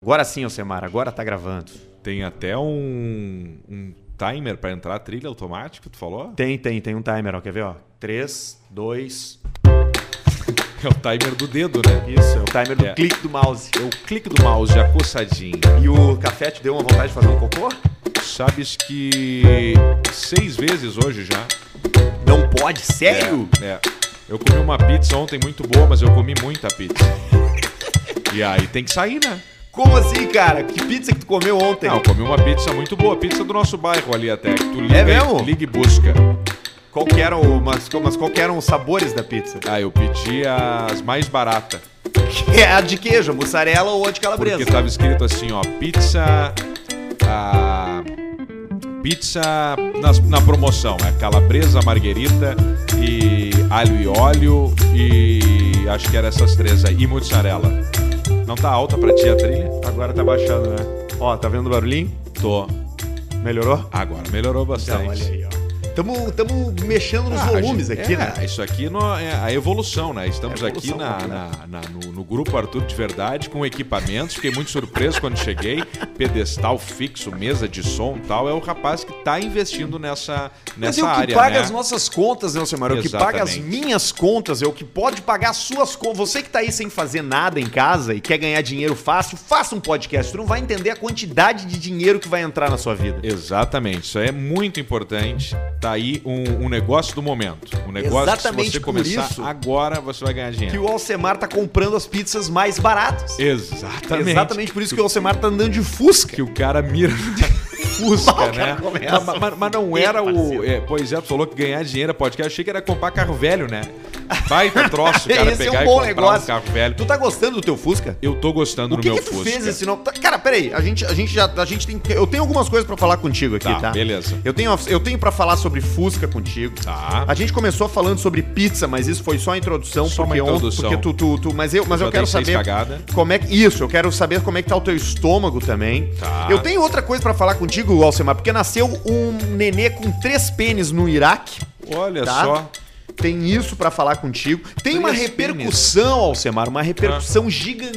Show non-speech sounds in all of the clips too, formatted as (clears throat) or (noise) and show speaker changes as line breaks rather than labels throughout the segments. Agora sim, Alcemar, agora tá gravando.
Tem até um, um timer pra entrar a trilha automática, tu falou? (laughs)
Tem, tem, tem um timer, ó. Quer ver, ó? 3, 2.
É o timer do dedo, né?
Isso, é o timer do
É.
clique do mouse.
É o clique do mouse, a coçadinha.
E o café te deu uma vontade de fazer um cocô?
Sabes que seis vezes hoje já.
Não pode, sério?
É, é. Eu comi uma pizza ontem muito boa, mas eu comi muita pizza. E aí tem que sair, né?
Como assim, cara? Que pizza que tu comeu ontem?
Não, eu comi uma pizza muito boa, pizza do nosso bairro ali até. Que tu liga,
É
e-
mesmo?
liga e busca.
Qual que eram, o- mas, mas qual que eram os sabores da pizza? (laughs)
Ah, eu pedi as mais baratas.
É a de queijo, mussarela ou a de calabresa?
Porque tava escrito assim, ó, pizza. a- pizza nas- na promoção. É calabresa, marguerita e alho e óleo e acho que era essas três aí. E mussarela. Não tá alta pra ti a trilha?
Agora tá baixando, né? Ó, tá vendo o barulhinho?
Tô.
Melhorou?
Agora melhorou bastante.
aí, ó. Tamo, tamo mexendo nos
Ah,
volumes
a gente-
aqui,
é,
né?
Isso aqui no- é a evolução, né? Estamos
É a
aqui
evolução,
na- na- na- no, no grupo Arthur de Verdade com equipamentos. Fiquei muito surpreso quando cheguei. Pedestal fixo, mesa de som e tal. É o rapaz que está investindo nessa,
Mas
nessa
é o que
área.
paga
né?
as nossas contas, né, Alcemar? É o que
Exatamente.
paga as minhas contas, é o que pode pagar as suas contas. Você que tá aí sem fazer nada em casa e quer ganhar dinheiro fácil, faça um podcast. Tu não vai entender a quantidade de dinheiro que vai entrar na sua vida.
Exatamente, isso é muito importante. Tá aí um, um negócio do momento. Um negócio
Exatamente
que se você
por
começar
isso.
agora, você vai ganhar
Que
dinheiro.
o Alcemar tá comprando as pizzas mais baratas.
Exatamente.
Exatamente por isso que o Alcemar tá andando de Fusca.
que o cara mira
(laughs)
Fusca,
Logo
né?
começa.
Mas, mas- mas não
Ih,
era
parceiro.
o. é, pois é, tu falou que ganhar dinheiro é podcast. Achei que era comprar carro velho, né? Baita troço, o
(laughs)
cara,
Esse é um
pegar e
bom
comprar
negócio.
um carro velho.
Tu tá gostando do teu Fusca?
Eu tô gostando
O
do
que,
meu
que tu
Fusca.
fez esse nome? Tá, Cara, peraí, a gente, a gente já. A gente tem, eu tenho algumas coisas pra falar contigo aqui, tá?
Tá, beleza.
Eu tenho, eu tenho para falar sobre Fusca contigo.
Tá.
A gente começou falando sobre pizza, mas isso foi só a introdução,
Só uma
porque, ontem-
introdução.
porque tu, tu, tu- mas eu, mas
Já
eu quero
dei seis
saber
cagada.
como é que isso, eu quero saber como é que tá o teu estômago também.
Tá.
Eu tenho outra coisa pra falar contigo, Alcemar, porque nasceu um nenê com três pênis no Iraque,
Olha
tá?
É só.
Tem isso pra falar contigo. Tem uma
Três
repercussão, Alcemar, uma repercussão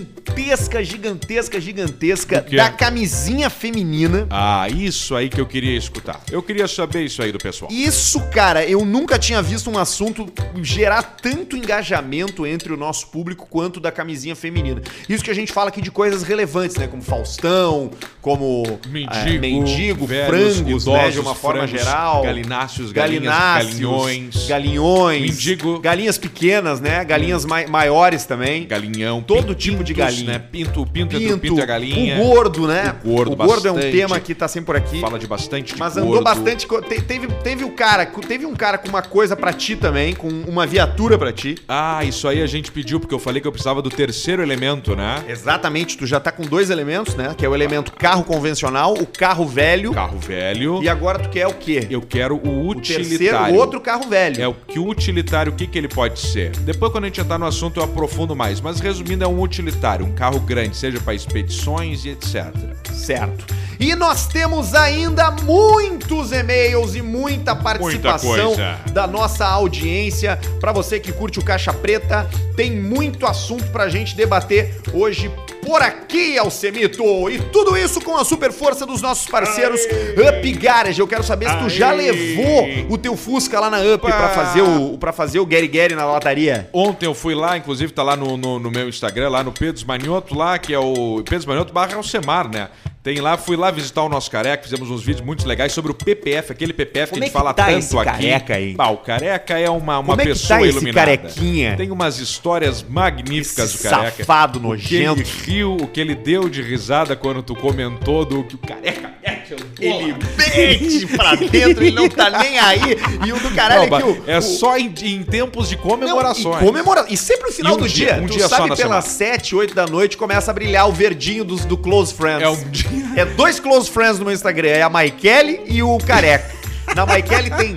gigantesca, gigantesca, gigantesca
Do quê?
da camisinha feminina.
Ah, isso aí que eu queria escutar. Eu queria saber isso aí do pessoal.
Isso, cara, eu nunca tinha visto um assunto gerar tanto engajamento entre o nosso público quanto da camisinha feminina. Isso que a gente fala aqui de coisas relevantes, né? Como Faustão, como
Mendigo,
eh, mendigo
velhos,
frangos,
idosos,
né? De uma forma
frangos,
geral.
galináceos, galinhas,
Galináceos,
galinhões,
galinhões,
Mendigo.
galinhas pequenas, né? Galinhas mai- maiores também,
galinhão,
Todo tipo de
pintos,
galinha.
né? Pinto, pinto, pinto, pinto e a galinha.
o gordo, né?
O gordo,
o gordo é um
bastante.
tema que tá sempre por aqui.
Fala de bastante de
Mas andou
gordo.
bastante. co- te- teve, teve o cara, teve um cara com uma coisa pra ti também, com uma viatura pra ti.
Ah, isso aí a gente pediu porque eu falei que eu precisava do terceiro elemento, né?
Exatamente, tu já tá com dois elementos, né? Que é o elemento carro convencional, o carro velho.
Carro velho.
E agora tu quer o quê?
Eu quero o
o terceiro,
utilitário.
outro carro velho.
É o que o utilitário, o que, que ele pode ser? Depois, quando a gente entrar no assunto, eu aprofundo mais. Mas resumindo, é um utilitário, um carro grande, seja para expedições e etc.
Certo. E nós temos ainda muitos e-mails e muita participação
coisa.
da nossa audiência. Pra você que curte o Caixa Preta, tem muito assunto pra gente debater hoje por aqui, Alcemito. E tudo isso com a super força dos nossos parceiros Up Garage. Eu quero saber se tu já
Aê.
levou o teu Fusca lá na Up pra fazer o para fazer o Gary Gary na lataria.
Ontem eu fui lá, inclusive tá lá no, no- no meu Instagram, lá no Pedro Manioto, lá que é o Pedro Manioto barra Alcemar, né? Tem lá, fui lá visitar o nosso careca, fizemos uns vídeos muito legais sobre o PPF, aquele PPF
Como
que a
é
gente
que
fala
tá
tanto
esse
aqui.
careca aí?
Pá, o careca é uma, uma
Como é que
pessoa
tá esse
iluminada.
carequinha?
Tem umas histórias magníficas
Esse
do careca.
safado
O que ele
nojento.
riu, o que ele deu de risada quando tu comentou do que o careca é, seu
Ele
bola.
mete pra dentro, ele não tá nem aí. E o do caralho
Não,
é que o.
é
o-
só em, em tempos de
Não,
comemorações.
E, comemora... e sempre no final
E um
do dia,
dia, um
tu
dia só
sabe
na
pelas 7, 8 da noite, começa a brilhar o verdinho dos, do Close Friends.
É um dia.
É dois Close Friends no meu Instagram, é a Maikele e o Careca. Na Maikele tem...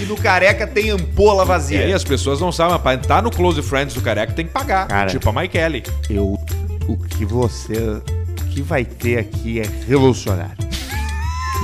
E no Careca tem ampola
E aí
vazia.
as pessoas não sabem, mas pra entrar no Close Friends do Careca tem que pagar.
Cara.
Tipo a Maikele.
Eu... O que você... O que vai ter aqui é revolucionário.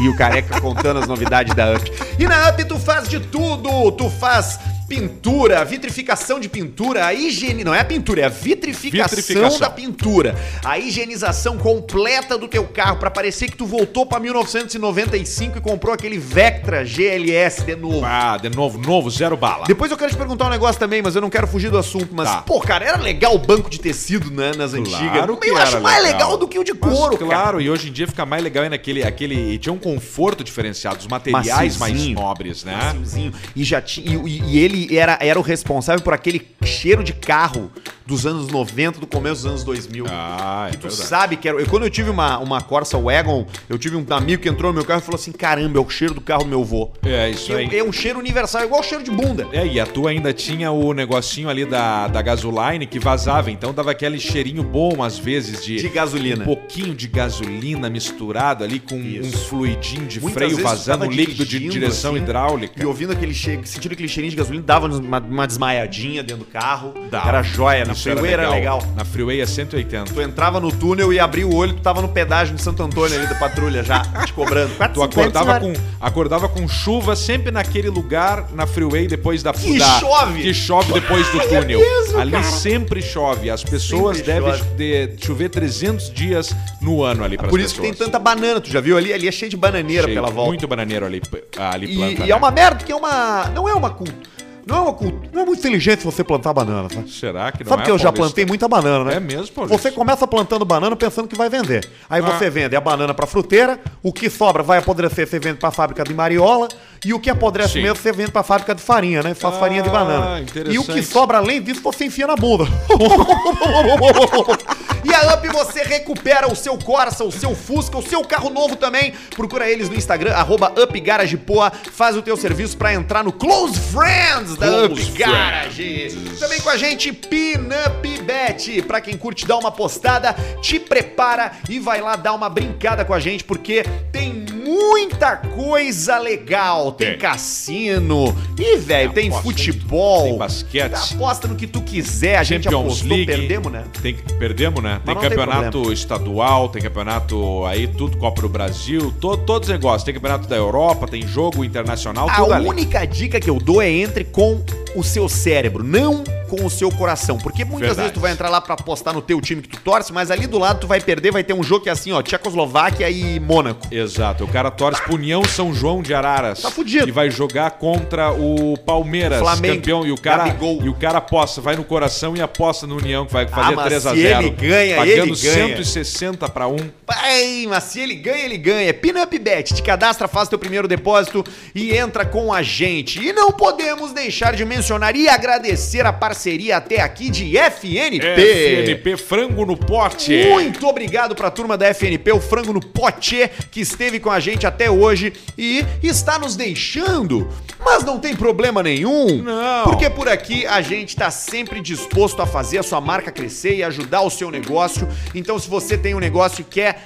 E o Careca contando as novidades da Up. E na Up tu faz de tudo. Tu faz pintura, vitrificação de pintura, a higiene, não é a pintura, é a vitrificação,
Vitrificação.
da pintura, a higienização completa do teu carro pra parecer que tu voltou pra 1995 e comprou aquele Vectra GLS de novo.
Ah, de novo, novo, zero bala.
Depois eu quero te perguntar um negócio também, mas eu não quero fugir do assunto. Mas,
Tá.
pô, cara, era legal o banco de tecido né, nas antigas.
que
eu acho
era
mais legal do que o de
Mas,
couro,
claro,
cara.
e hoje em dia fica mais legal ainda aquele, aquele. E tinha um conforto diferenciado, os materiais mais
Maciozinho.
nobres, né?
Maciozinho. E, já ti- e, e- e ele era, era o responsável por aquele cheiro de carro dos anos 90, do começo dos anos 2000.
Ah, é
Tu
verdade.
sabe que era. Eu, quando eu tive uma, uma Corsa Wagon, eu tive um amigo que entrou no meu carro e falou assim: caramba, é o cheiro do carro do meu avô.
É isso aí.
E É um cheiro universal, é igual o cheiro de bunda.
É, e a tua ainda tinha o negocinho ali da, da gasoline que vazava, então dava aquele cheirinho bom às vezes de,
De gasolina.
Um pouquinho de gasolina misturado ali com um
Isso.
fluidinho de
Muitas
freio
vezes tu
vazando,
tava
líquido de
dirigindo,
direção
assim,
hidráulica.
E ouvindo aquele cheiro, sentindo aquele cheirinho de gasolina, dava uma, uma desmaiadinha dentro do carro.
Dava.
Era joia, É, na
Isso
freeway era legal.
Na freeway é 180.
Tu entrava no túnel e abria o olho, tu tava no pedágio de Santo Antônio ali da patrulha já, te cobrando.
Tu acordava com, acordava com chuva sempre naquele lugar na freeway depois da
Que
da-
chove!
Que chove depois
(laughs)
do túnel.
mesmo,
ali
cara.
sempre chove. As pessoas
Sempre
devem
chove.
de- chover 300 dias no ano ali para
Por isso que tem tanta banana, tu já viu ali? Ali é cheio de bananeira
Cheio,
pela volta.
Muito bananeiro ali, p- ali
E,
planta.
e
né?
é uma merda, que é uma. Não é uma cultura. Não é uma cultura. Não é muito inteligente você plantar banana, sabe?
Será que não
Sabe
é,
que eu já
Paulista?
plantei muita banana, né?
É mesmo, Paulista?
Você começa plantando banana pensando que vai vender. Aí
Ah.
você vende a banana pra fruteira, o que sobra vai apodrecer, você vende pra fábrica de mariola, e o que apodrece
Sim.
mesmo você vende pra fábrica de farinha, né? Faz
Ah,
farinha de banana.
interessante.
E o que sobra além disso você enfia na bunda. (laughs) E a UP você recupera o seu Corsa, o seu Fusca, o seu carro novo também. Procura eles no Instagram, arroba UpGaragePoa. Faz o teu serviço pra entrar no Close Friends da
Close
Up Garage. Também com a gente, Pinup Bet. Pra quem curte dar uma postada, te prepara e vai lá dar uma brincada com a gente, porque tem muita coisa legal. Tem,
Tem.
cassino. Ih, velho, tem
aposta,
futebol.
tem basquete.
Aposta no que tu quiser. A gente
Champions
apostou,
League.
perdemos, né?
Tem, perdemos, né? Tem
não tem
campeonato estadual, tem campeonato aí, tudo, Copa do Brasil, to, todos os negócios. Tem campeonato da Europa, tem jogo internacional,
A
tudo ali.
única dica que eu dou é entre com o seu cérebro, não com o seu coração. Porque muitas
Verdade.
vezes tu vai entrar lá pra apostar no teu time que tu torce, mas ali do lado tu vai perder, vai ter um jogo que é assim, ó, Tchecoslováquia e Mônaco.
Exato, o cara torce pro União São João de Araras.
Tá fudido.
E vai jogar contra o Palmeiras,
Flamengo,
campeão. E o cara,
Gabigol. Ah,
e o cara aposta, vai no coração e aposta no União, que vai fazer
mas
3 a 0
se ele ganha,
pagando
ele ganha.
160 pra 1.
Pai, mas se ele ganha, ele ganha. Pinup Bet, te cadastra, faz teu primeiro depósito e entra com a gente. E não podemos deixar de mencionar e agradecer a parceria até aqui de FNP.
É, FNP Frango no Pote.
Muito obrigado pra turma da FNP, o Frango no Pote, que esteve com a gente até hoje e está nos deixando. Mas não tem problema nenhum.
Não.
Porque por aqui a gente tá sempre disposto a fazer a sua marca crescer e ajudar o seu negócio. Então, se você tem um negócio e quer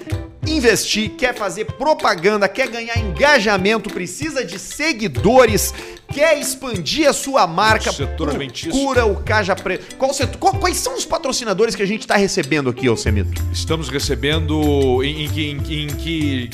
investir, quer fazer propaganda, quer ganhar engajamento, precisa de seguidores, quer expandir a sua marca,
setor alimentício.
procura o Caja Preto. Qual setor- qual- quais são os patrocinadores que a gente tá recebendo aqui, Alcemito?
Estamos recebendo em, em que, em, que- em que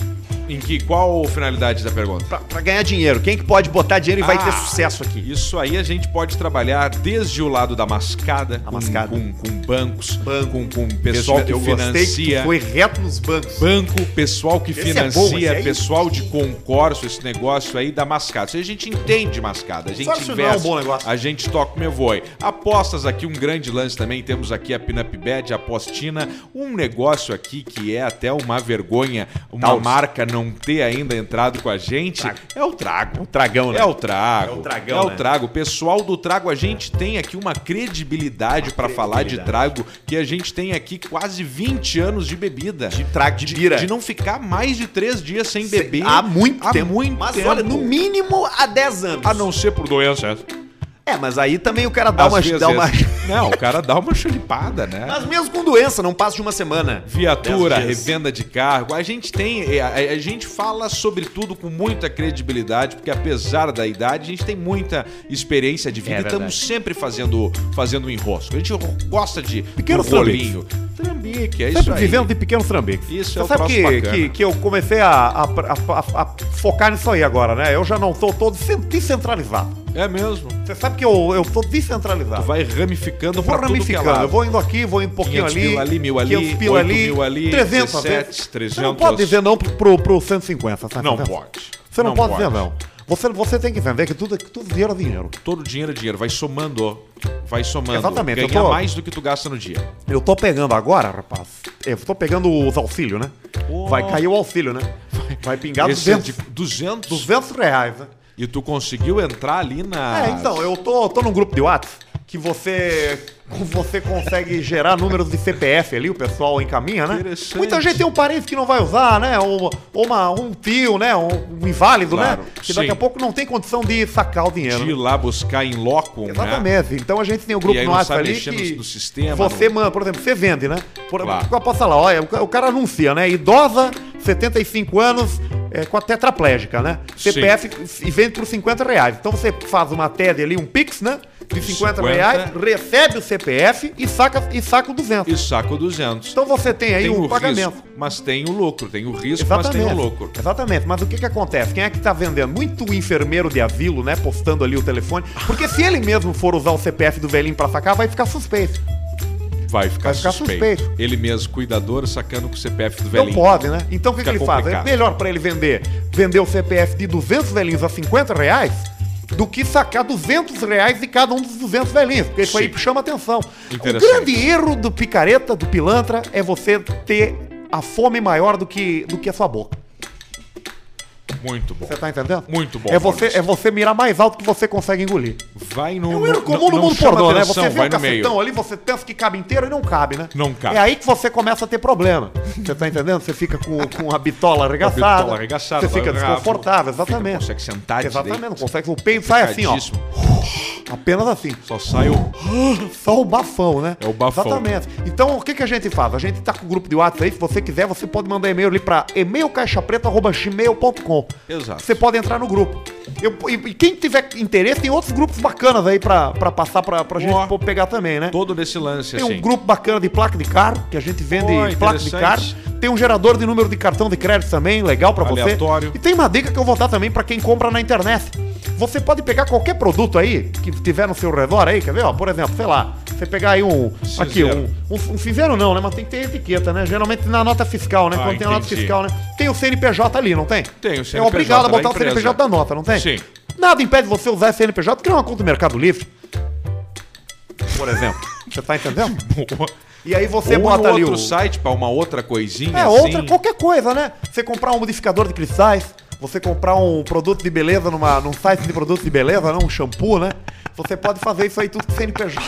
em que qual finalidade da pergunta?
Pra, pra ganhar dinheiro. Quem que pode botar dinheiro e vai
Ah,
ter sucesso aqui?
Isso aí a gente pode trabalhar desde o lado da mascada,
A mascada.
Com, com bancos,
Banco.
com, com pessoal que
eu gostei que
financia.
tu foi reto nos bancos.
Banco, pessoal que
Esse é bom, esse
financia,
é
pessoal de concurso, esse negócio aí da mascada. Isso aí a gente entende mascada, a gente
Consórcio não é um
investe,
bom negócio.
a gente toca o meu voe. Apostas aqui, um grande lance também, temos aqui a Pinup Bet, a Apostina, um negócio aqui que é até uma vergonha, uma
Taos.
marca não ter ainda entrado com a gente,
Trago.
é o trago.
Tragão,
É o trago.
É o tragão,
o
né?
trago. O pessoal do trago, a gente tem aqui uma credibilidade pra falar de trago, que a gente tem aqui quase 20 anos de bebida.
De trago, de bira.
De não ficar mais de três dias sem beber.
Há muito
Há
tempo.
muito
mas
tempo.
olha, no mínimo há 10 anos.
A não ser por doença. né?
É, mas aí também o cara dá
Às
uma...
vezes.
Dá uma...
Não, o cara dá uma chulipada, né?
Mas mesmo com doença, não passa de uma semana.
Viatura,
Dez dias.
revenda de cargo. A gente tem. A, a- a gente fala sobre tudo com muita credibilidade, porque apesar da idade, a gente tem muita experiência de
É
vida e estamos
verdade.
sempre fazendo, fazendo um enrosco. A gente gosta de
Pequenos
do rolinho. Trambique, é isso
Tá Sempre
aí.
vivendo de pequenos trambiques.
Isso
Você
é o
sabe
troço
que,
bacana.
que, que eu comecei a, a- a- a- a focar nisso aí agora, né? Eu já não sou todo cen- descentralizado.
É mesmo.
Você sabe que eu, eu sou descentralizado.
Tu vai ramificando
Eu vou
pra tudo que é
ramificando.
lado.
Eu vou indo aqui, vou indo um pouquinho
500
ali.
mil ali, mil ali,
500 pila
8
ali,
mil ali,
300 às
17,
vezes. Você
300.
não pode dizer não pro, pro, pro 150, sabe?
Não
Tá vendo?
pode.
Você não,
Não
pode,
pode.
dizer não. Você, você tem que entender que tudo, que tudo dinheiro é dinheiro.
Todo dinheiro é dinheiro, vai somando, vai somando.
Exatamente, eu
Ganhar
tô-
mais do que tu gasta no dia.
Eu tô pegando agora, rapaz. Eu tô pegando os auxílios, né?
Oh.
Vai cair o auxílio, né? Vai pingar
Esse é
200,
de 200.
200 reais, né?
E tu conseguiu entrar ali na...
É, então, eu tô, tô num grupo de WhatsApp que você você consegue gerar números de CPF ali, o pessoal encaminha, né?
Interessante.
Muita gente tem um parente que não vai usar, né? Ou, ou uma- um tio, né? Um, um inválido,
Claro,
né? Que daqui
sim.
a pouco não tem condição de sacar o dinheiro.
De ir lá buscar em loco, né?
Exatamente. Então a gente tem um
E
grupo
aí
no
não
WhatsApp
sabe
ali
mexer
que
no- no sistema,
você
no-
manda, por exemplo, você vende, né? Por,
Claro.
Passa lá, olha, o ca- o cara anuncia, né? Idosa, 75 anos, é, com a tetraplégica, né?
Sim.
CPF e vende por 50 reais. Então você faz uma TED ali, um Pix, né? De
50.
50, reais, recebe o CPF e saca, e saca o 200.
E saco 200.
Então você tem aí
tem
o
o
pagamento.
risco, mas tem o lucro. Tem o risco,
Exatamente.
mas tem o um lucro.
Exatamente. Mas o que que acontece? Quem é que tá vendendo? Muito enfermeiro de asilo, né? Postando ali o telefone. Porque se ele mesmo for usar o CPF do velhinho pra sacar, vai ficar suspeito.
Vai ficar,
Vai ficar
suspeito.
suspeito.
Ele mesmo, cuidador, sacando com o CPF do
Não
velhinho.
pode, né? Então o que, que
Fica
ele faz? É
complicado.
melhor pra ele vender, vender o CPF de 200 velhinhos a 50 reais do que sacar 200 reais de cada um dos 200 velhinhos. Porque isso aí
Sim.
chama atenção. O
Interessante.
grande erro do picareta, do pilantra, é você ter a fome maior do que, do que a sua boca.
Muito bom.
Você tá entendendo?
Muito bom,
É você,
Maurício.
é você mirar mais alto que você consegue engolir.
Vai no...
É um erro
não-
comum no
não
mundo
chama
pornô, né?
atenção,
Você vê
vai
o
no meio.
cacetão ali, você pensa que cabe inteiro e não cabe, né?
Não cabe.
É aí que você começa a ter problema. Você tá entendendo? Você fica com, com a bitola arregaçada.
A bitola arregaçada,
Você fica
vai-
desconfortável,
fica-
exatamente.
não consegue sentar
Exatamente,
direito.
não consegue. O peito sai assim, ó.
Tadíssimo.
Apenas assim.
Só
(laughs)
sai o...
Só o bafão, né?
É o bafão.
Exatamente. Então, o que, que a gente faz? A gente tá com o grupo de WhatsApp aí. Se você quiser, você pode mandar e-mail ali pra e-mailcaixapreta.gmail.com.
Exato.
Você pode entrar no grupo. Eu- e, e quem tiver interesse, tem outros grupos bacanas aí pra, pra passar pra, pra gente
Ó.
pô- pegar também, né?
Todo nesse lance,
Tem
assim.
um grupo bacana de placa de carro, que a gente vende
Ó,
placa de carro.
interessante.
Tem um gerador de número de cartão de crédito também, legal pra você.
Aleatório.
E tem uma dica que eu vou dar também pra quem compra na internet. Você pode pegar qualquer produto aí que tiver no seu redor aí, quer ver? Ó, por exemplo, sei lá, você pegar aí um.
Cinzeiro.
Aqui, um, um, um cinzeiro não, né? Mas tem que ter etiqueta, né? Geralmente na nota fiscal, né?
Ah,
Quando tem a nota
entendi.
fiscal, né? Tem o CNPJ ali, não tem?
Tem o
É
CNPJ
obrigado a
da
botar
né?
o
empresa.
CNPJ da nota, não tem?
Sim.
Nada impede você usar esse CNPJ, criar é uma conta do Mercado Livre. Por exemplo. Você tá entendendo?
(laughs)
E aí você
Ou
bota
em
ali
outro
o...
site pra uma outra coisinha,
Um É,
assim.
outra, qualquer coisa, né? Você comprar um modificador de cristais, você comprar um produto de beleza numa, num site de produtos de beleza, né? um shampoo, né? Você pode fazer isso aí tudo com CNPJ,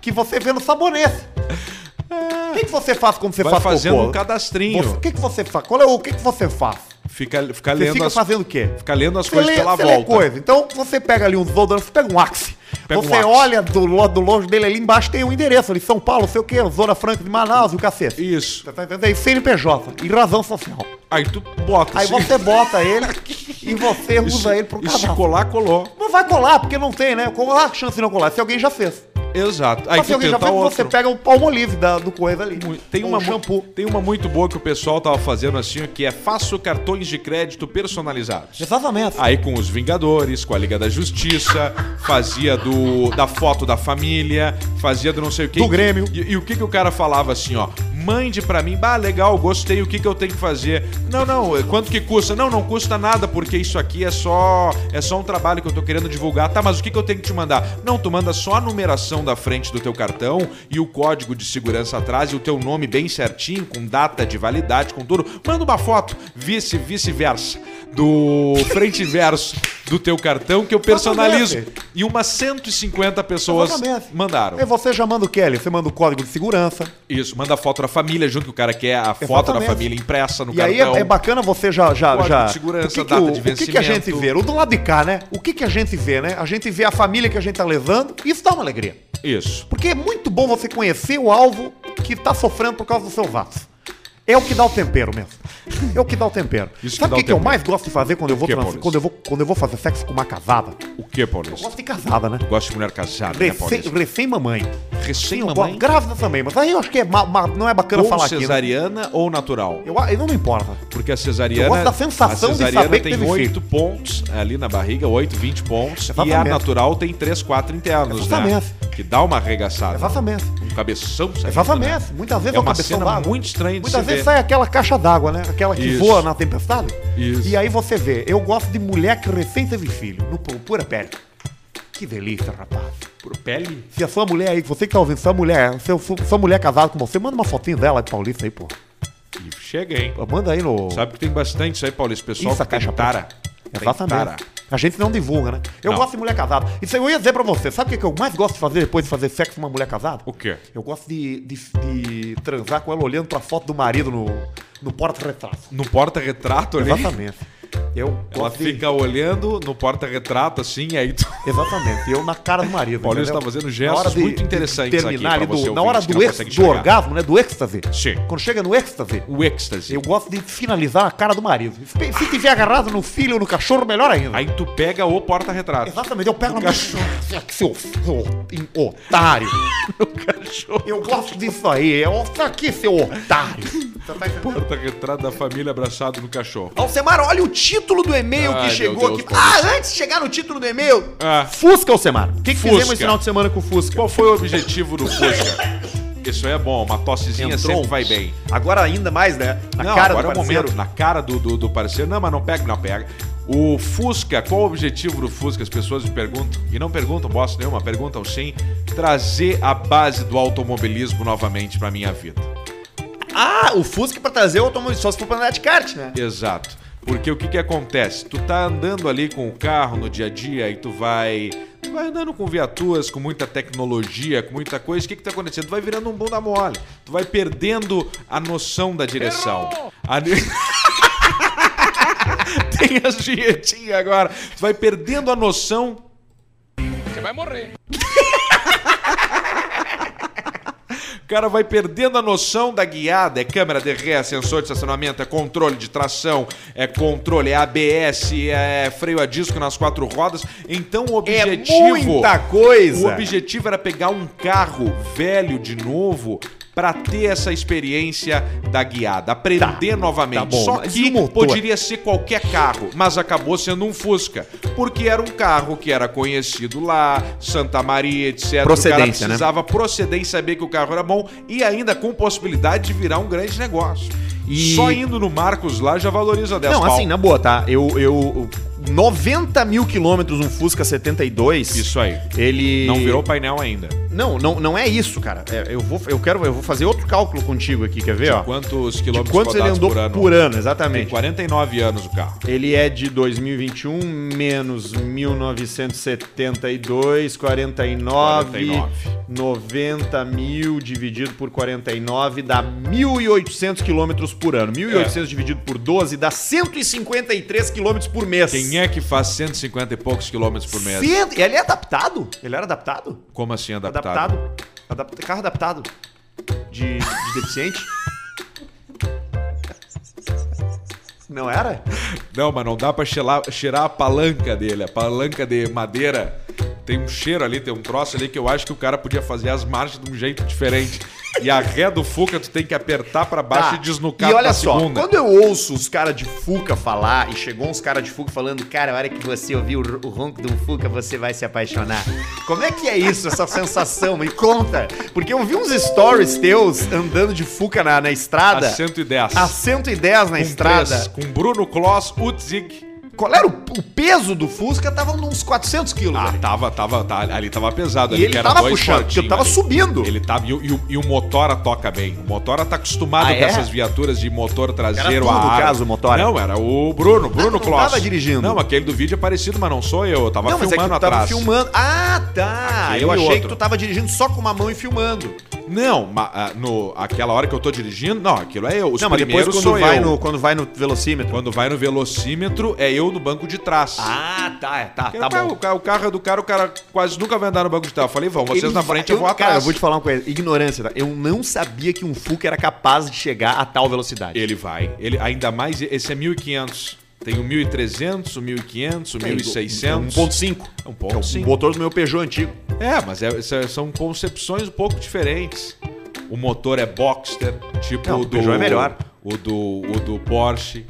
que você vê no sabonete. O que, que você faz quando você
Vai
faz
fazendo
cocô?
um cadastrinho.
Você- O que, que você faz? Qual é o o que, que você faz?
Fica, fica
Você
lendo
fica
as...
fazendo o quê?
Fica lendo as
Você
coisas
lê-
pela
você
volta.
lê coisa. Então você pega ali um desodorante, você pega um Axe.
Pega um
você
Axe.
olha do, lo- do longe dele ali embaixo, tem um endereço ali, São Paulo, sei o quê, Zona Franca de Manaus e o cacete.
Isso.
Você tá entendendo? Aí CNPJ e razão social.
Aí tu bota. assim,
Aí
se-
você
(laughs)
bota ele e você usa
se-
ele pro
e se
cadastro.
colar, colou.
Não vai colar, porque não tem, né? Qual a chance de não colar? Se alguém já fez.
Exato. Aí
Mas se
tu
alguém já
tenta
fez,
outro.
você pega o palmolive da, do coisa ali.
Tem
Ou
uma,
um
mu-
shampoo.
tem uma muito boa que o pessoal tava fazendo assim, ó, que é faço cartões de crédito personalizados.
Exatamente.
Aí com os Vingadores, com a Liga da Justiça, fazia do da foto da família, fazia do não sei o que.
Do Grêmio.
E, e o que que o cara falava assim, ó? Mande pra mim, bah, legal, gostei, o que que eu tenho que fazer? Não, não, eh, quanto que custa? Não, não custa nada, porque isso aqui é só é só um trabalho que eu tô querendo divulgar. Tá, mas o que que eu tenho que te mandar? Não, tu manda só a numeração da frente do teu cartão e o código de segurança atrás e o teu nome bem certinho, com data de validade, com tudo. Manda uma foto, vice, vice-versa, do frente e verso do teu cartão que eu personalizo.
Exatamente.
E umas 150 pessoas
Exatamente.
mandaram.
Aí você já manda o Kelly, você manda o código de segurança.
Isso, manda a foto da família junto, que o cara quer a foto da
Exatamente.
família impressa no
E aí é,
cartão.
é bacana você já. já,
Código
já
de segurança,
o que que
data
o-
de
o que, que a gente
vencimento.
vê? O do lado de cá, né? O que, que a gente vê, né? A gente vê a família que a gente tá levando. Isso dá uma alegria.
Isso.
Porque é muito bom você conhecer o alvo que tá sofrendo por causa dos seus atos. É o que dá o tempero mesmo.
É o que dá o tempero.
Isso que
Sabe
dá
o que,
o
que eu
tempero.
mais gosto de fazer quando eu vou,
Que,
trans-
Paulista?
quando eu vou, quando eu vou fazer sexo com uma casada?
O que,
Eu
Paulista?
gosto de casada, né?
Gosto de mulher casada, né,
Recém-
Paulista?
Recém-mamãe. Sim, eu
Recém-mamãe
gosto. Grávida também, mas aí eu acho que é ma- ma- não é bacana
ou
falar aqui. Né?
cesariana ou natural?
Eu, a- eu não me importa.
Porque a cesariana.
Eu gosto da sensação
a
de
cesariana
saber que
tem
teve
oito pontos é, ali na barriga, oito, vinte pontos. E a
Exatamente.
natural tem três, quatro internos, né?
Exatamente.
Que dá uma arregaçada.
Exatamente.
Um cabeção saindo,
Exatamente.
né?
Muitas vezes
É
é um
uma
cabeção
cena
d'água.
muito estranha de
Muitas
se
vezes
ver.
sai aquela caixa d'água, né? Aquela que
Isso.
voa na tempestade.
Isso.
E aí você vê. Eu gosto de mulher que recém teve filho, no pu- pura pele. Que delícia, rapaz.
Por pele?
Se a sua mulher aí, você que tá ouvindo, sua mulher, se a sua, sua mulher casada com você, manda uma fotinha dela de Paulista aí, pô.
E chega, hein?
Manda aí no.
Sabe que tem bastante isso aí, Paulista. Pessoal
Isso, a
que tem
caixa
tara. Tem tara.
Exatamente. A gente não divulga, né? Eu
Não.
gosto de mulher casada. Isso eu ia dizer pra você. Sabe o que que eu mais gosto de fazer depois de fazer sexo com uma mulher casada?
O quê?
Eu gosto de, de, de transar com ela olhando pra foto do marido no, no porta-retrato.
No porta-retrato ali.
Exatamente. Eu
Ela
gosto de-
fica olhando no porta-retrato assim, e aí tu. (laughs)
Exatamente. Eu na cara do marido.
Paulista
entendeu?
tá fazendo
Na
gestos
hora
muito interessantes
terminar ali
aqui pra
do-
você,
Na
ouvinte,
hora
que
do,
não
ex,
consegue
do
enxergar.
orgasmo, né? Do êxtase.
Sim.
Quando chega no êxtase,
O êxtase.
eu gosto de finalizar a cara do marido. Se se tiver agarrado no filho ou no cachorro, melhor ainda.
Aí tu pega o porta-retrato.
Exatamente, eu pego na minha.
cachorro.
assim, Seu, seu otário.
(laughs) No cachorro.
Eu gosto disso aí. Eu Olha aqui, seu otário. Você tá entendendo?
Porta-retrato da família abraçado no cachorro.
Alcemar, olha o título do e-mail
Ai,
que
meu
chegou
Deus,
aqui.
Paulista.
Ah, antes de chegar no título do e-mail.
Ah.
Fusca, Alcemar. O que, que
Fusca.
fizemos esse final de semana com o Fusca?
Qual foi o objetivo do Fusca? Isso aí é bom, uma tossezinha sempre vai bem.
Agora ainda mais, né? um Na
não,
cara do
agora é o
parceiro.
momento, na cara do, do, do parceiro. Não, mas não pega, não pega. O Fusca, qual o objetivo do Fusca? As pessoas me perguntam, e não perguntam bosta nenhuma, perguntam sim, trazer a base do automobilismo novamente pra minha vida.
Ah, o Fusca pra trazer o automóvel. Só se for pra andar de kart, né?
Exato. Porque o que que acontece? Tu tá andando ali com o carro no dia a dia e tu vai. Tu vai andando com viaturas, com muita tecnologia, com muita coisa. O que que tá acontecendo? Tu vai virando um bunda mole. Tu vai perdendo a noção da direção. A... (laughs) Tem as dietinhas agora. Tu vai perdendo a noção
Você vai morrer.
O cara vai perdendo a noção da guiada. É câmera de ré, é sensor de estacionamento, é controle de tração, é controle, é ABS, é freio a disco nas quatro rodas. Então o objetivo.
É muita coisa.
O objetivo era pegar um carro velho de novo pra ter essa experiência da guiada, aprender novamente.
tá bom,
Só
mas e
que
o motor?
poderia ser qualquer carro, mas acabou sendo um Fusca, porque era um carro que era conhecido lá, Santa Maria, etc. o cara
Procedência, né?
precisava proceder e saber que o carro era bom e ainda com possibilidade de virar um grande negócio.
E-
Só indo no Marcos lá já valoriza 10
Não,
pau.
assim, na boa, tá? Eu. eu 90 mil quilômetros, um Fusca 72.
Isso aí.
Ele.
Não virou painel ainda.
Não, não, não é isso, cara. É, eu, vou, eu, quero, eu vou fazer outro cálculo contigo aqui, quer ver, ó?
Quantos
Tá. De
quilômetros
quantos ele
rodados
andou
por ano? Tem
exatamente.
49 anos o carro.
Ele é de 2021 menos 1972, 49,
49.
90 mil dividido por 49 dá 1.800 quilômetros por ano. 1.800
É.
dividido por 12 dá 153 quilômetros por mês.
Quem é que faz 150 e poucos quilômetros por mês?
Cento- Ele é adaptado? Ele era adaptado?
Como assim adaptado?
Adaptado. Adapta- Carro adaptado. De, de
(laughs)
deficiente. Não era?
Não, mas não dá pra cheirar, cheirar a palanca dele. A palanca de madeira tem um cheiro ali, tem um troço ali que eu acho que o cara podia fazer as marchas de um jeito diferente. E a ré do Fuca tu tem que apertar pra baixo
Tá.
e desnucar
E olha
pra
só,
segunda.
quando eu ouço os caras de Fuca falar, e chegou uns caras de Fuca falando, cara, a hora que você ouvir o, ro- o ronco do Fuca, você vai se apaixonar. Como é que é isso, essa sensação? Me conta. Porque eu vi uns stories teus andando de Fuca na, na estrada.
A 110.
A 110 na
Com
estrada.
três, com Bruno Kloss, Utzig.
Qual era o, o peso do Fusca? Tava uns 400 quilos. né?
Ah,
velho.
tava, tava, tá- ali tava pesado.
E
ali
ele
que era
tava
dois
puxando, porque eu
fortinho
tava
ali.
subindo.
Ele tava, e, o- e o- e o Motora toca bem. O Motora tá acostumado
Ah,
com
é?
essas viaturas de motor traseiro
tu, no
ar.
caso, o Motora?
Não, era o Bruno, Bruno
não
Kloss.
tava dirigindo.
Não, aquele do vídeo é parecido, mas não sou eu. Eu tava
não, mas é que
filmando
tu tava
atrás.
filmando. Ah, tá.
Aquele
eu achei
é outro.
que tu tava dirigindo só com uma mão e filmando.
Não, ma- ah, no, aquela hora que eu tô dirigindo, não, aquilo é eu. Os
Não, mas depois
primeiros
quando
sou
vai,
eu.
no, quando vai no velocímetro.
Quando vai no velocímetro, é eu no banco de trás.
Ah, tá, é, tá,
Porque
tá
o, carro-
bom.
o carro- o carro é do cara, o cara quase nunca vai andar no banco de trás. Eu falei, vão, vocês
Ele
na
vai-
frente, eu, vou atrás.
Cara, eu vou te falar uma coisa, ignorância, tá? Eu não sabia que um Fuca era capaz de chegar a tal velocidade.
Ele vai. Ele, ainda mais, esse é 1.500. Tem um o 1.300, o 1.500, o
É,
1.600.
1.5.
É um
É
ponto
o
sim.
motor do meu Peugeot antigo.
É, mas é- isso- são concepções um pouco diferentes. O motor é Boxster, tipo
Não,
o
o
do...
Peugeot é melhor.
O do, o do Porsche.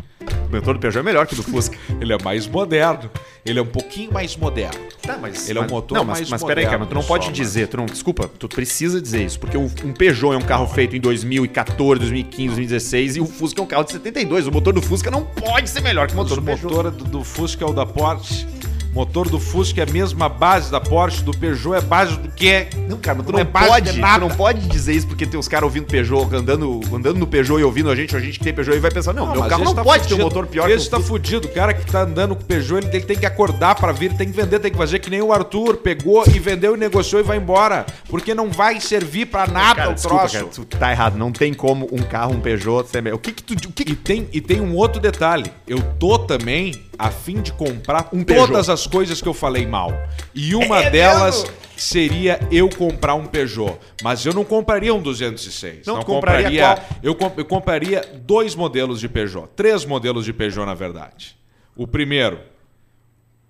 O motor do Peugeot é melhor que o do Fusca.
Ele é mais moderno. Ele é um pouquinho mais moderno.
Tá, mas.
Ele é um
mas-
motor
não, mas,
mais
Mas peraí, cara, mas tu não
moderno
pode
só, mas-
dizer, tu não. Desculpa, tu precisa dizer isso, porque o- um Peugeot é um carro feito em 2014, 2015, 2016 e o Fusca é um carro de 72. O motor do Fusca não pode ser melhor que o
Mas
motor
o
do Peugeot.
motor do, do Fusca é o da Porsche. O motor do Fusca é a mesma base da Porsche, do Peugeot é base do quê?
Não, cara, mas tu
Não
não,
é base
pode,
de
tu
nada.
não pode dizer isso porque tem os caras ouvindo Peugeot, andando, andando no Peugeot e ouvindo a gente, a gente que tem Peugeot e vai pensar, não,
Não,
meu
mas
carro
esse
não
tá
pode ter
fudido.
um motor pior
Esse
que
tá
o
fudido. O cara que tá andando com o Peugeot, ele, ele tem que acordar pra vir, tem que vender, tem que fazer que nem o Arthur. Pegou e vendeu e negociou e vai embora. Porque não vai servir pra nada
Cara,
o
desculpa,
troço.
cara, tu tá errado, não tem como um carro, um Peugeot, ser melhor. O que que tu, o que
E
que
tem, e tem um outro detalhe. Eu tô também a fim de comprar
Um Peugeot. É
todas as coisas que eu falei mal. E uma
(laughs)
delas seria eu comprar um Peugeot. Mas eu não compraria um 206.
Não, tu compraria qual?
eu, com- eu compraria dois modelos de Peugeot. Três modelos de Peugeot, na verdade. O primeiro,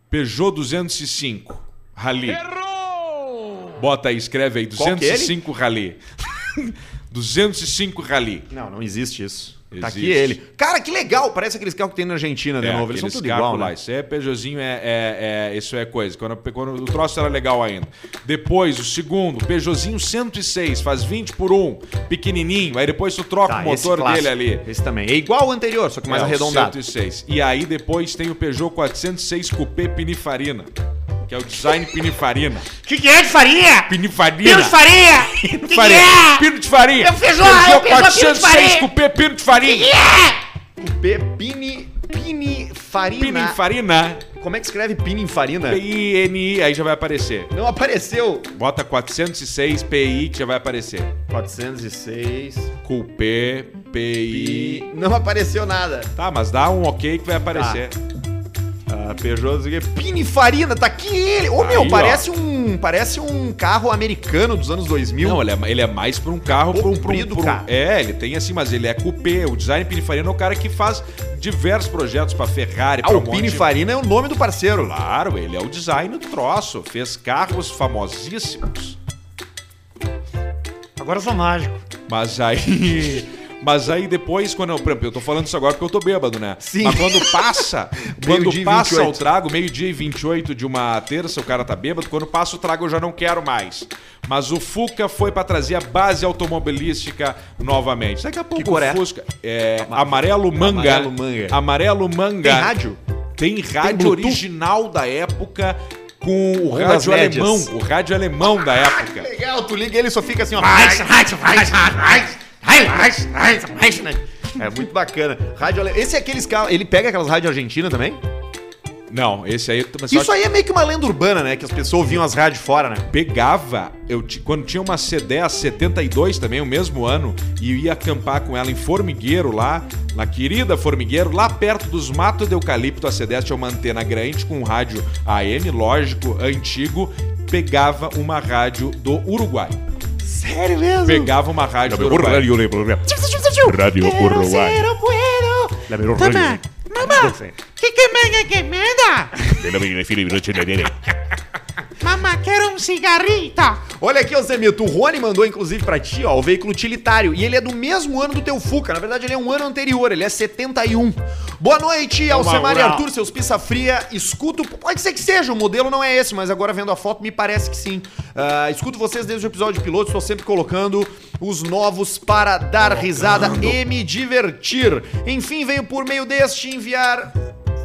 Peugeot 205 Rally.
Errou!
Bota aí, escreve aí,
Qual que é ele?
205 Rally. (laughs) 205 Rally.
Não, não existe isso. Tá
Existe.
aqui ele. Cara, que legal! Parece aqueles carros que tem na Argentina de
É,
novo. Eles são
aqueles
tudo
carros
igual,
lá.
né?
Isso é Peugeotzinho, é, é- é- isso é coisa. Quando, quando o troço era legal ainda. Depois, o segundo, Peugeotzinho 106, faz 20 por 1, pequenininho. Aí depois tu troca
Tá,
o
esse
motor
clássico.
dele ali.
Esse também. É igual o anterior, só que mais
É, o
arredondado.
106. E aí depois tem o Peugeot 406 Coupé Pinifarina, que é o design Pinifarina.
Que que é de farinha?
Pinifarina.
Pino de farinha! Que que
Farinha.
é?
Pino de farinha.
É o Peugeot, é o Peugeot Pino de farinha. é?
Coupé Pino de farinha.
Coupé Pini. Pinifarina.
Pinifarina.
Como é que escreve Pininfarina?
P-I-N-I, aí já vai aparecer.
Não apareceu.
Bota 406 PI que já vai aparecer.
406.
Coupé,
E
PI.
não apareceu nada.
Tá, mas dá um ok que vai aparecer.
Tá. Ah, Peugeot, não sei o quê. Pinifarina, tá aqui ele. Ô, meu,
Aí, ó.
parece um parece um carro americano dos anos 2000.
Não, ele é, ele é mais pra um carro. Pra um, pra um,
Comprido,
pra um-
cara.
É, ele tem assim, mas ele é coupé. O design Pininfarina é o cara que faz diversos projetos pra Ferrari,
ah,
pra
o Pinifarina é o nome do parceiro lá.
Claro, ele é o design do troço. Fez carros famosíssimos.
Agora eu sou mágico.
Mas aí. (laughs) Mas aí depois, quando eu. Por exemplo, eu tô falando isso agora porque eu tô bêbado, né?
Sim.
Mas quando
(laughs)
passa.
Meio-dia
quando
e
passa
28.
o trago, meio-dia e 28 de uma terça, o cara tá bêbado. Quando passa o trago, eu já não quero mais. Mas o Fuca foi pra trazer a base automobilística novamente. Daqui a pouco
cor é?
o Fusca. É, amarelo manga.
Amarelo manga.
Amarelo manga.
Tem rádio?
Tem rádio
Bluetooth?
original da época com o
Ondas
rádio
médias.
alemão. O rádio alemão da época.
Legal, tu liga ele e só fica assim, ó.
Raiz, raiz, raiz, raiz, raiz, raiz, raiz, raiz, né?
É muito bacana. Rádio ale- Esse é aqueles carros. Ele pega aquelas rádios argentinas também?
Não, esse aí. mas eu acho
Isso aí é meio que uma lenda urbana, né? Que as pessoas ouviam as rádios fora, né?
pegava, eu ti- quando tinha uma C10 72 também, o mesmo ano, e eu ia acampar com ela em Formigueiro lá, na querida Formigueiro, lá perto dos matos de eucalipto, a C10 tinha uma antena grande com um rádio AM, lógico, antigo, pegava uma rádio do Uruguai.
Sério mesmo?
Pegava uma rádio do Uruguai.
Rádio Uruguai. Pero puedo. Toma, mamá. Que que manga que manda? Mamá, quero um cigarrito.
Olha aqui, Alzemito, o Rony mandou inclusive pra ti, ó, o veículo utilitário. E ele é do mesmo ano do teu Fuca. Na verdade, ele é um ano anterior, ele é 71. Boa noite, Alcemar e
moral.
Arthur, seus pizza fria. Escuto. Pode ser que seja, o modelo não é esse, mas agora vendo a foto, me parece que sim. Ah, escuto vocês desde o episódio piloto, estou sempre colocando os novos para dar risada e me divertir. Enfim, venho por meio deste enviar.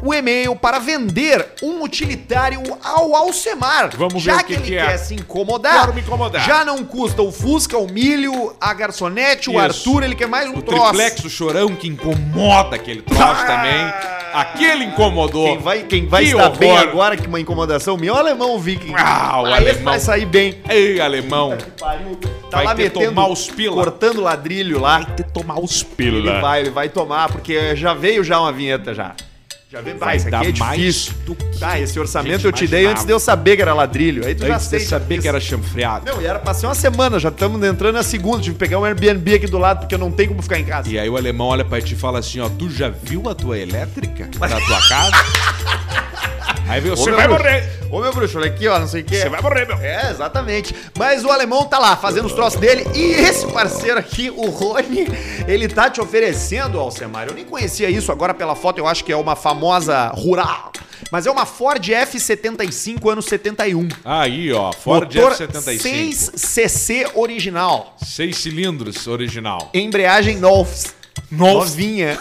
O e-mail para vender um utilitário ao Alcemar.
Vamos
já
ver o que
que,
que
ele
é.
quer se incomodar.
Quero me incomodar.
Já não custa o Fusca, o milho, a garçonete, o
Isso.
Arthur, ele quer mais um
O
troço.
triplex, o chorão, que incomoda aquele troço também. Aqui ele incomodou.
Ah! Quem vai, quem vai
Que
estar bem
horror.
agora, que uma incomodação minha, é o alemão Viking.
Ah, o
Aí ele
alemão.
vai sair bem.
Ei, alemão.
Pariu. Tá
Vai
lá
ter
metendo,
tomar os pila. Ah.
cortando ladrilho lá.
ter que tomar os
Ele
pila.
vai, ele vai tomar, porque já veio já uma vinheta já. Já veio, vai,
Vai
isso
dar
aqui é
mais
difícil.
do que
Tá, esse orçamento
gente
eu te dei
imaginava.
antes de eu saber que era ladrilho. Aí tu já
Antes de
sei.
saber
já
que era
fiz.
chanfreado.
Não, e era passei uma semana, já estamos entrando na segunda. Tive que pegar um Airbnb aqui do lado, porque eu não tenho como ficar em casa.
E aí o alemão olha pra ti e fala assim, ó, tu já viu a tua elétrica da tua casa? aí vem o
Ô,
você
meu
vai
bruxo.
morrer.
Ô meu bruxo, olha aqui, ó, não sei o que.
Você vai morrer, meu.
É, exatamente. Mas o alemão tá lá fazendo os troços dele e esse parceiro aqui, o Rony, ele tá te oferecendo, Alcemar. Eu nem conhecia isso agora pela foto, eu acho que é uma famosa rural. Mas é uma Ford F75 ano 71.
Aí, ó, Ford
Motor
F75.
6cc original.
Seis cilindros original.
Embreagem Nolfs.
Nolfs.
Novinha.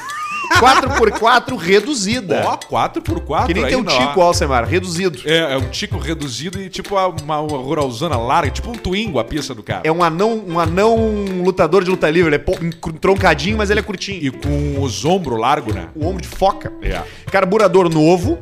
4x4 reduzida.
Ó, 4x4
que nem
aí,
tem um
não, ó.
Tico, Alcemar, reduzido.
É, é um tico reduzido e tipo uma, uma ruralzana larga, tipo um twingo a pista do carro.
É um anão, um anão lutador de luta livre. Ele é po- encru- troncadinho, mas ele é curtinho.
E com os ombros largos, né?
O ombro de foca.
É.
Carburador novo,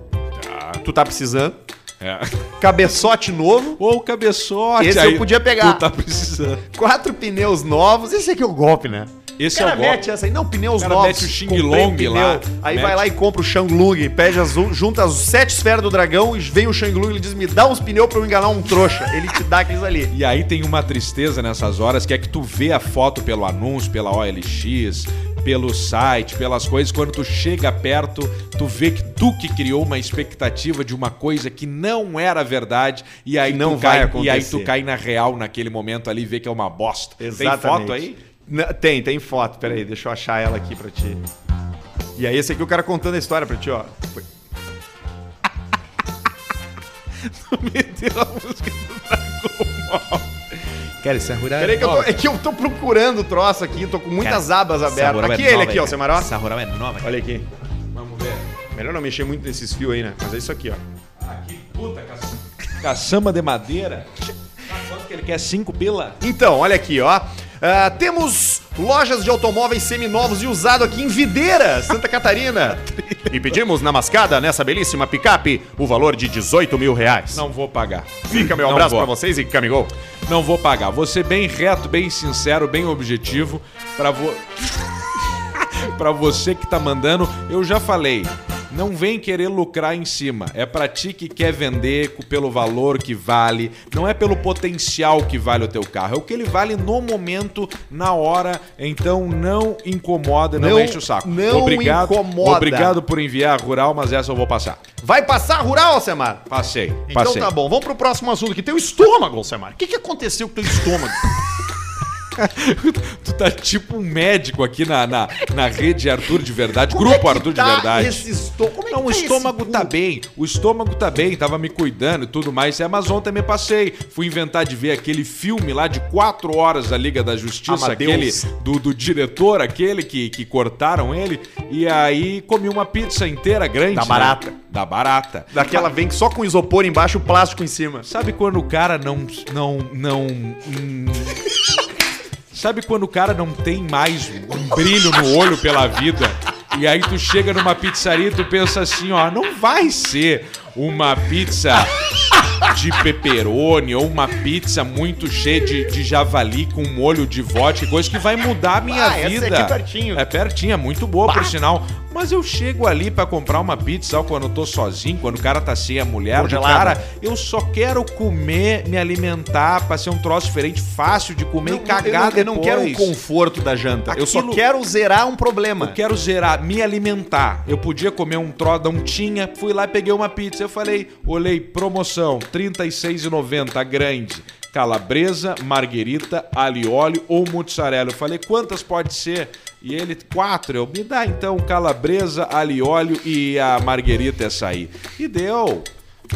Tá,
tu tá precisando.
é.
Cabeçote novo.
Ou cabeçote.
Esse eu podia pegar.
Tu tá precisando.
Quatro pneus novos. Esse aqui é o golpe, né?
Esse
o cara
é o golpe.
mete essa aí. Não, pneus
O cara
novos.
mete o Xing
comprei um
Long lá,
Aí
mete.
vai lá e compra o Shang Lung. Pede as, junta as sete esferas do dragão e vem o Shang Lung. Ele diz, me dá uns pneus pra eu enganar um trouxa. Ele te dá aqueles ali.
E aí tem uma tristeza nessas horas que é que tu vê a foto pelo anúncio, pela OLX, pelo site, pelas coisas. Quando tu chega perto, tu vê que tu que criou uma expectativa de uma coisa que não era verdade e aí
Que não
tu
vai
cai, E aí
acontecer.
tu cai na real naquele momento ali e vê que é uma bosta. Tem foto aí?
Na- tem, tem foto. Peraí, deixa eu achar ela aqui pra ti. E aí, esse aqui é o cara contando a história pra ti, ó. Foi- (laughs)
Meteu a música do Dragon Ball.
Cara, esse Samurai...
Peraí que eu tô,
nova.
é que eu tô procurando o troço aqui, tô com muitas abas abertas.
Samurai
Aqui
é
ele
nova,
aqui, ó,
velho.
Semaró.
Samurai é nova.
Olha aqui.
Vamos ver.
Melhor não mexer muito nesses fios aí, né? Mas é isso aqui, ó.
Aqui, puta, caçamba. Caçamba de madeira. Ah, Quanto que ele quer? Cinco pila?
Então, olha aqui, ó. Ah, temos lojas de automóveis seminovos e usado aqui em Videira, Santa (laughs) Catarina. e pedimos na mascada, nessa belíssima picape, o valor de 18 mil reais.
Não vou pagar.
Fica meu
Não
abraço
vou.
pra vocês e camigol.
Não vou pagar. Vou ser bem reto, bem sincero, bem objetivo pra vo... (laughs) Pra você que tá mandando, eu já falei. Não vem querer lucrar em cima. É pra ti que quer vender co- pelo valor que vale. Não é pelo potencial que vale o teu carro. É o que ele vale no momento, na hora. Então não incomoda, não,
Não-
enche o saco.
não
obrigado,
incomoda.
Obrigado por enviar rural, mas essa eu vou passar.
Vai passar rural, Alcemar?
Passei,
Então
passei.
tá bom, vamos pro próximo assunto que tem o estômago, Alcemar. O que, que aconteceu com o teu (laughs) estômago?
(laughs) Tu tá tipo um médico aqui na, na, na rede Arthur de Verdade, grupo Arthur de Verdade.
é tá Esse estômago. Como é
Não, o
esse
estômago
cu?
tá bem, o estômago tá bem, tava me cuidando e tudo mais. É, mas ontem me passei. Fui inventar de ver aquele filme lá de quatro horas da Liga da Justiça,
Amadeus.
aquele do, do diretor, aquele que, que cortaram ele. E aí comi uma pizza inteira grande.
Da
né?
barata.
Da barata.
Daquela vem só com isopor embaixo e o plástico em cima.
Sabe quando o cara não. não. não. hum, Sabe quando o cara não tem mais um brilho no olho pela vida? E aí tu chega numa pizzaria e tu pensa assim, ó, não vai ser uma pizza de pepperoni ou uma pizza muito cheia de, de javali com um molho de vodka, coisa que vai mudar a minha
Ah, essa
vida.
é aqui pertinho.
É pertinho, é muito boa, por sinal. Mas eu chego ali pra comprar uma pizza ó, quando eu tô sozinho, quando o cara tá sem a mulher, o
Congelada.
cara, eu só quero comer, me alimentar, pra ser um troço diferente, fácil de comer e cagar
eu não, eu não quero um o
depois.
conforto da janta. Eu só
Aquilo-
quero zerar um problema.
Eu quero zerar, me alimentar. Eu podia comer um tro, não tinha. Fui lá e peguei uma pizza. Eu falei, olhei, promoção, R$ 36,90, a grande. Calabresa, marguerita, alho e óleo ou mozzarella. Eu falei, quantas pode ser? E ele, quatro. Eu, me dá então calabresa, alho e óleo e a marguerita essa aí. E deu.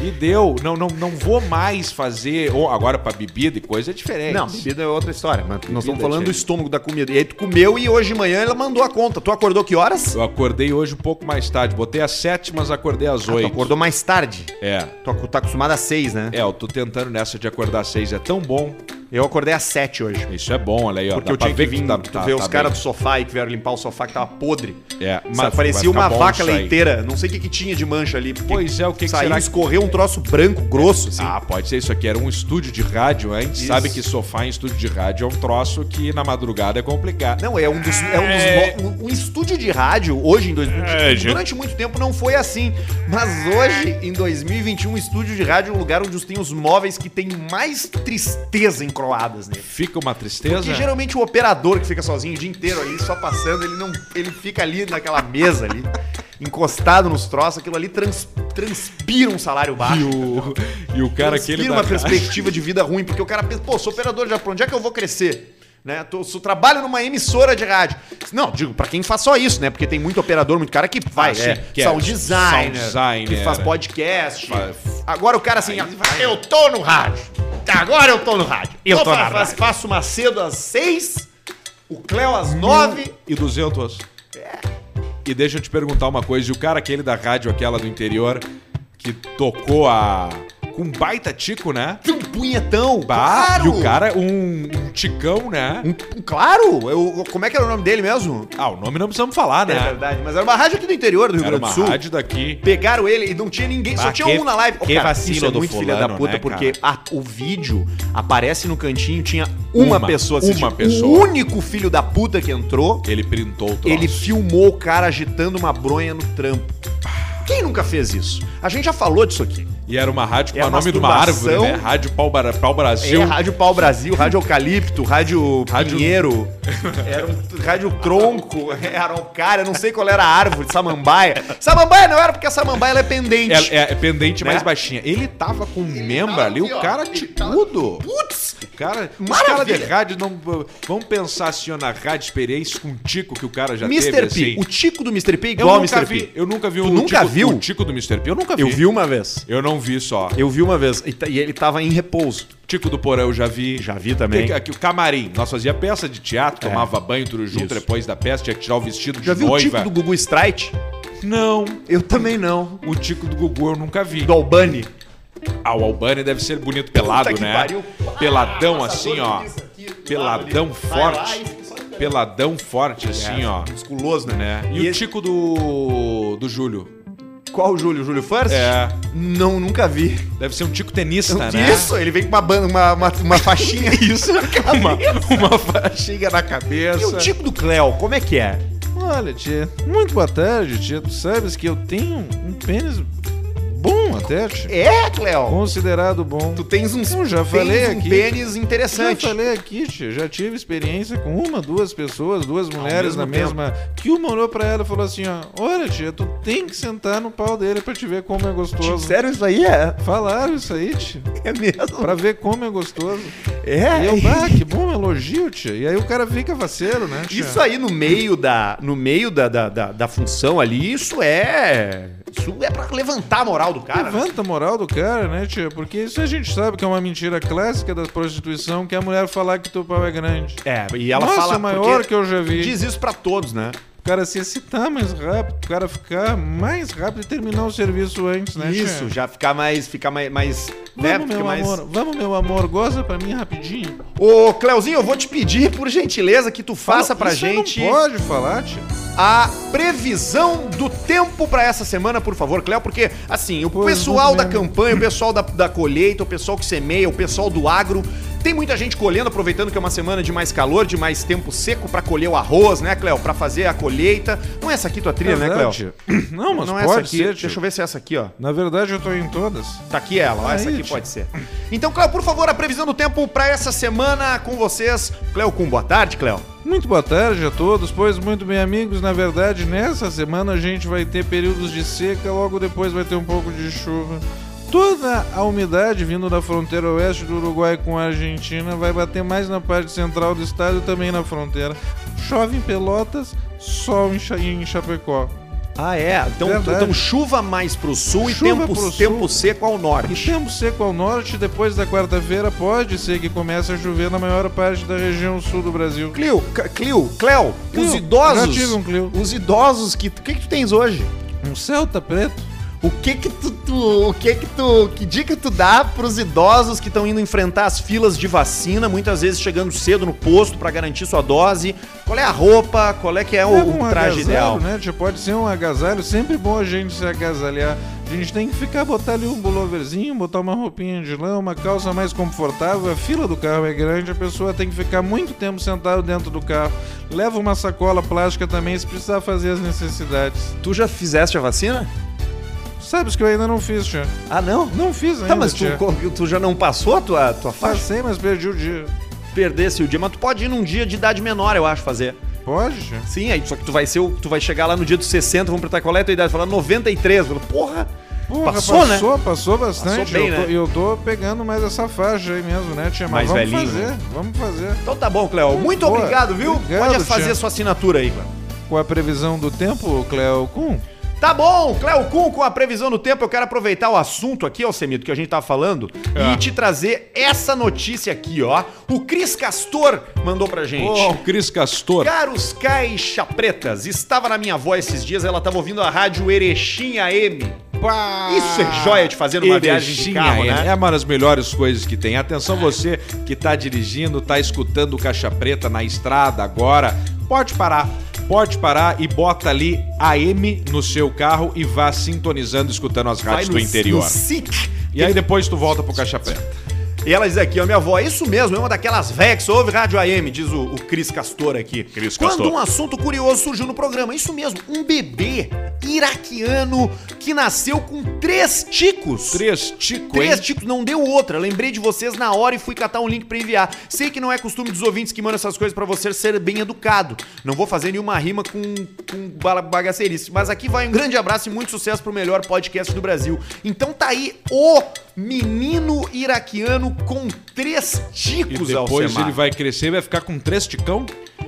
E deu. Não, não, não vou mais fazer... Ou agora pra bebida e coisa é diferente.
Não, bebida é outra história, mas nós estamos falando
gente.
do estômago da comida. E aí tu comeu e hoje de manhã ela mandou a conta. Tu acordou que horas?
Eu acordei hoje um pouco mais tarde. Botei às sete, mas acordei às
Ah, tu
oito.
acordou mais tarde.
É.
Tu ac- tá acostumado às seis, né?
É, eu tô tentando nessa de acordar às seis. É tão bom.
Eu acordei às sete hoje.
Isso é bom, olha aí, ó.
Porque
Dá
eu
pra
tinha que
tu
vir
tá-
tu
tá-
ver
tá
os
bem.
caras do sofá aí que vieram limpar o sofá que tava podre.
É,
Sa-
mas vai
parecia
ficar
uma
bom
vaca
isso aí.
leiteira. Não sei o que, que tinha de mancha ali. porque
Pois é, o que que
saiu,
será que-
escorreu um troço branco, grosso, assim.
Ah, pode ser isso aqui. Era um estúdio de rádio. A gente
Isso.
sabe que sofá em estúdio de rádio é um troço que na madrugada é complicado.
Não, é um dos. É
É.
um, dos mo- um- um estúdio de rádio, hoje em 2021,
É, gente.
durante muito tempo não foi assim. Mas hoje, em 2021, um estúdio de rádio é um lugar onde tem os móveis que tem mais tristeza encroadas nele.
Fica uma tristeza.
Porque geralmente o operador que fica sozinho o dia inteiro ali, só passando, ele não. Ele fica ali naquela mesa ali, encostado nos troços, aquilo ali trans- transpira um salário
E
baixo.
o, e o cara
Transpira
aquele da
uma
rádio-
perspectiva de vida ruim, porque o cara pensa, pô, sou operador já, pra onde é que eu vou crescer? Né? Tô, sou, trabalho numa emissora de rádio. Não, digo, pra quem faz só isso, né? Porque tem muito operador, muito cara que faz.
Ah, sim,
é,
que é
sound designer,
sound designer,
que faz
né?
podcast.
Faz-
Agora o cara assim,
Aí
ah, eu tô no rádio. Agora eu tô no rádio.
Eu tô
fa-
na
faz-
rádio.
Faço uma cedo às seis, o Cléo às nove.
e 200. E deixa eu te perguntar uma coisa. E o cara aquele da rádio, aquela do interior, que tocou a... Com um baita tico, né?
Um punhetão,
Bah,
claro.
E o cara, um, um ticão, né?
Um- claro, eu, como é que era o nome dele mesmo?
Ah, o nome não precisamos falar,
É
né?
verdade, mas era uma rádio aqui do interior do Rio
Era
Grande do
uma
Sul.
rádio daqui.
Pegaram ele e não tinha ninguém, só
Ah,
tinha
que-
um na live. Ô,
que vacilo
isso é
do
muito filha da
fulano,
puta,
né,
porque a- o vídeo aparece no cantinho, tinha uma,
Uma,
pessoa
uma pessoa.
O único filho da puta que entrou,
Ele printou o troço.
ele filmou o cara agitando uma bronha no trampo. Quem nunca fez isso? A gente já falou disso aqui.
E era uma rádio
É
com o nome de uma
masturbação.
árvore, né? Rádio Pau, Bara- Pau Brasil.
É, Rádio Pau Brasil, Rádio Eucalipto, Rádio,
Rádio-
Pinheiro, era um t- Rádio Tronco, (laughs) era um cara, eu não sei qual era a árvore, Samambaia. Samambaia não era porque a Samambaia ela é pendente.
É, é, é pendente
Né?
mais baixinha. Ele tava com um membro ali, o cara de tudo.
Putz!
O cara, os
Maravilha.
caras de rádio não. Vamos pensar se na rádio experiência com o Tico que o cara já
Mr.
teve.
P,
assim.
o tico do Mr. P é
eu
igual ao
nunca
Mr.
vi.
P.
Eu nunca vi
Tu
o
nunca
tico,
viu?
o Tico do Mr. P. Eu nunca vi.
Eu vi uma vez.
Eu não vi só.
Eu vi uma vez. E, ta- e ele tava em repouso.
Tico do Porão eu já vi.
Já vi também. É.
Que- que- o camarim. Nós fazia peça de teatro, tomava banho tudo junto depois da peça, tinha que tirar o vestido
Já
de
viu o tico
noiva.
do Gugu Strike?
Não.
Eu também não.
O Tico do Gugu eu nunca vi.
Do Albani.
Ah, o Albani deve ser bonito pelado,
Puta que
né?
pariu.
Peladão
Ah,
assim,
passador
ó.
de pizza aqui, do
Peladão
lado ali. Vai lá
forte.
e fica só esperando.
Peladão forte, assim, ó.
Musculoso,
Né? E,
E,
o
esse-
Tico do. do Júlio.
qual o Júlio? O Júlio First?
É.
Não, nunca vi.
Deve ser um Tico tenista,
Não,
né?
Isso, ele vem com uma, banda, uma, uma, uma
(laughs)
faixinha. Isso,
Uma, uma faixinha na
E o
cabeça.
tico do Cleo, como é que é?
Olha, tia, muito boa tarde, tia. Tu sabes que eu tenho um pênis bom até, tia.
É, Cleo?
Considerado bom.
Tu tens uns
Eu já
tens
falei
um
aqui.
pênis
Já
interessante.
falei aqui, tia. Já tive experiência com uma, duas pessoas, duas mulheres
mesmo
na
tempo.
mesma. Que uma olhou pra ela e falou assim: ó, olha, tia, tu tem que sentar no pau dele pra te ver como é gostoso.
isso aí? É,
Falaram isso aí, tia.
é mesmo?
Pra ver como é gostoso.
É?
E eu, bah, que bom elogio, tia. E aí o cara fica faceiro, né, tia?
Isso aí no meio da, no meio da, da, da, da função ali, isso é. Isso é pra levantar a moral do cara. né?
Levanta a moral do cara, né, tia? Porque isso a gente sabe que é uma mentira clássica da prostituição, que é a mulher falar que teu pau é grande.
É, e ela
Nossa,
fala.
é maior
porque
que eu já vi.
Diz isso pra todos, né?
O cara se excitar mais rápido, o cara ficar mais rápido e terminar o serviço antes, né, tia?
isso, já ficar mais. Ficar mais. mais né?
Vamos,
Fica
meu
mais...
amor, vamos, meu amor, goza pra mim rapidinho.
Ô, Cleuzinho, eu vou te pedir, por gentileza, que tu faça pra
Isso
gente
Não pode falar, tia.
a previsão do tempo pra essa semana, por favor, Cléo, porque, assim, o
Pois
pessoal
muito
da
mesmo.
campanha, o pessoal da, da colheita, o pessoal que semeia, o pessoal do agro, tem muita gente colhendo, aproveitando que é uma semana de mais calor, de mais tempo seco pra colher o arroz, né, Cléo? Pra fazer a colheita. Não é essa aqui tua trilha, né, Cléo?
Verdade. (clears throat) Não, mas
Não é
pode
essa aqui.
ser, tia.
Deixa eu ver se é essa aqui, ó.
Na verdade, eu tô em todas.
Tá aqui ela, ó, essa
Aí,
aqui
tio.
pode ser. Então, Cléo, por favor, a previsão do tempo pra essa semana com vocês. Cléo Kuhn, boa tarde, Cléo.
Muito boa tarde a todos, pois muito bem, amigos. Na verdade, nessa semana a gente vai ter períodos de seca, logo depois vai ter um pouco de chuva. Toda a umidade vindo da fronteira oeste do Uruguai com a Argentina vai bater mais na parte central do estado e também na fronteira. Chove em Pelotas, sol em, Cha- em Chapecó.
Ah, é? Então,
Verdade.
então chuva mais pro sul e
Chuva
tempo,
pro
tempo
sul.
seco ao
E
norte.
tempo seco ao norte, depois da quarta-feira pode ser que comece a chover na maior parte da região sul do Brasil.
Clio, C- Clio, Cleo,
Clio,
os idosos.
já tive um Clio.
Os idosos que. O que, que tu tens hoje?
Um celta preto.
O que que tu, tu tu, o que que tu, que dica tu dá pros idosos que estão indo enfrentar as filas de vacina, muitas vezes chegando cedo no posto pra garantir sua dose? Qual é a roupa? Qual é que é o,
É
o traje
agasalho,
ideal?
Né? Tipo, pode ser um agasalho, sempre bom a gente se agasalhar. A gente tem que ficar, botar ali um pulloverzinho, botar uma roupinha de lã, uma calça mais confortável. A fila do carro é grande, a pessoa tem que ficar muito tempo sentado dentro do carro. Leva uma sacola plástica também se precisar fazer as necessidades.
Tu já fizeste a vacina?
Sabes que eu ainda não fiz, tia.
Ah, não?
Não fiz ainda.
Tá, mas tu,
tia.
co- tu já não passou a tua, tua faixa?
Passei, mas perdi o dia.
Perdesse o dia, mas tu pode ir num dia de idade menor, eu acho, fazer.
Pode, tia?
Sim, aí só que tu vai ser o- tu vai chegar lá no dia dos 60, vão perguntar qual é a tua idade, falar 93, fala, porra,
Porra,
Passou, né?
Passou, passou bastante.
Passou bem,
eu, tô,
né?
eu tô pegando mais essa faixa aí mesmo, né, tia?
Mais
Mas
velhinho,
vamos fazer, vamos fazer.
Então tá bom, Cléo. Muito
Boa.
obrigado, viu?
Obrigado,
Pode fazer
tia.
sua assinatura aí, Cléo.
Com é a previsão do tempo, Cleo Kuhn?
Tá bom, Cléo Kuhn, com a previsão do tempo, eu quero aproveitar o assunto aqui, Alcemito, que a gente tava falando,
É.
e te trazer essa notícia aqui, ó. O Cris Castor mandou pra gente.
Ô, o Cris Castor.
Caros Caixa Pretas, estava na minha voz esses dias, ela tava ouvindo a rádio Erechim M. Isso é joia de fazer numa viagem de
Erechim
carro,
AM.
né?
É uma das melhores coisas que tem. Atenção você que tá dirigindo, tá escutando o Caixa Preta na estrada agora, pode parar. Pode parar e bota ali AM no seu carro e vá sintonizando, escutando as rádios do interior.
no SIC.
E aí depois tu volta pro Caixa Preta.
E ela diz aqui, ó, minha avó, isso mesmo, é uma daquelas velhas que só ouve rádio AM, diz o, o Cris Castor aqui.
Cris
Quando
Castor.
um assunto curioso surgiu no programa, isso mesmo, um bebê iraquiano que nasceu com três ticos.
Três tico, hein?
Três ticos, não deu outra. Lembrei de vocês na hora e fui catar um link pra enviar. Sei que não é costume dos ouvintes que mandam essas coisas pra você ser bem educado. Não vou fazer nenhuma rima com, com bala- bagaceirice. Mas aqui vai um grande abraço e muito sucesso pro melhor podcast do Brasil. Então tá aí o menino iraquiano com três
E
ticos,
depois
Alcemar.
ele vai crescer e vai ficar com três ticão.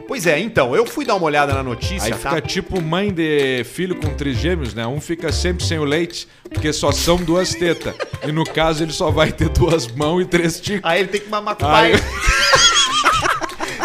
Pois é, então, eu fui dar uma olhada na notícia,
Aí
tá?
fica tipo mãe de filho com trigêmeos, né? Um fica sempre sem o leite, porque só são duas tetas. E no caso ele só vai ter duas mãos e três ticos.
Aí ele tem que mamar com o pai.
Aí-
(laughs)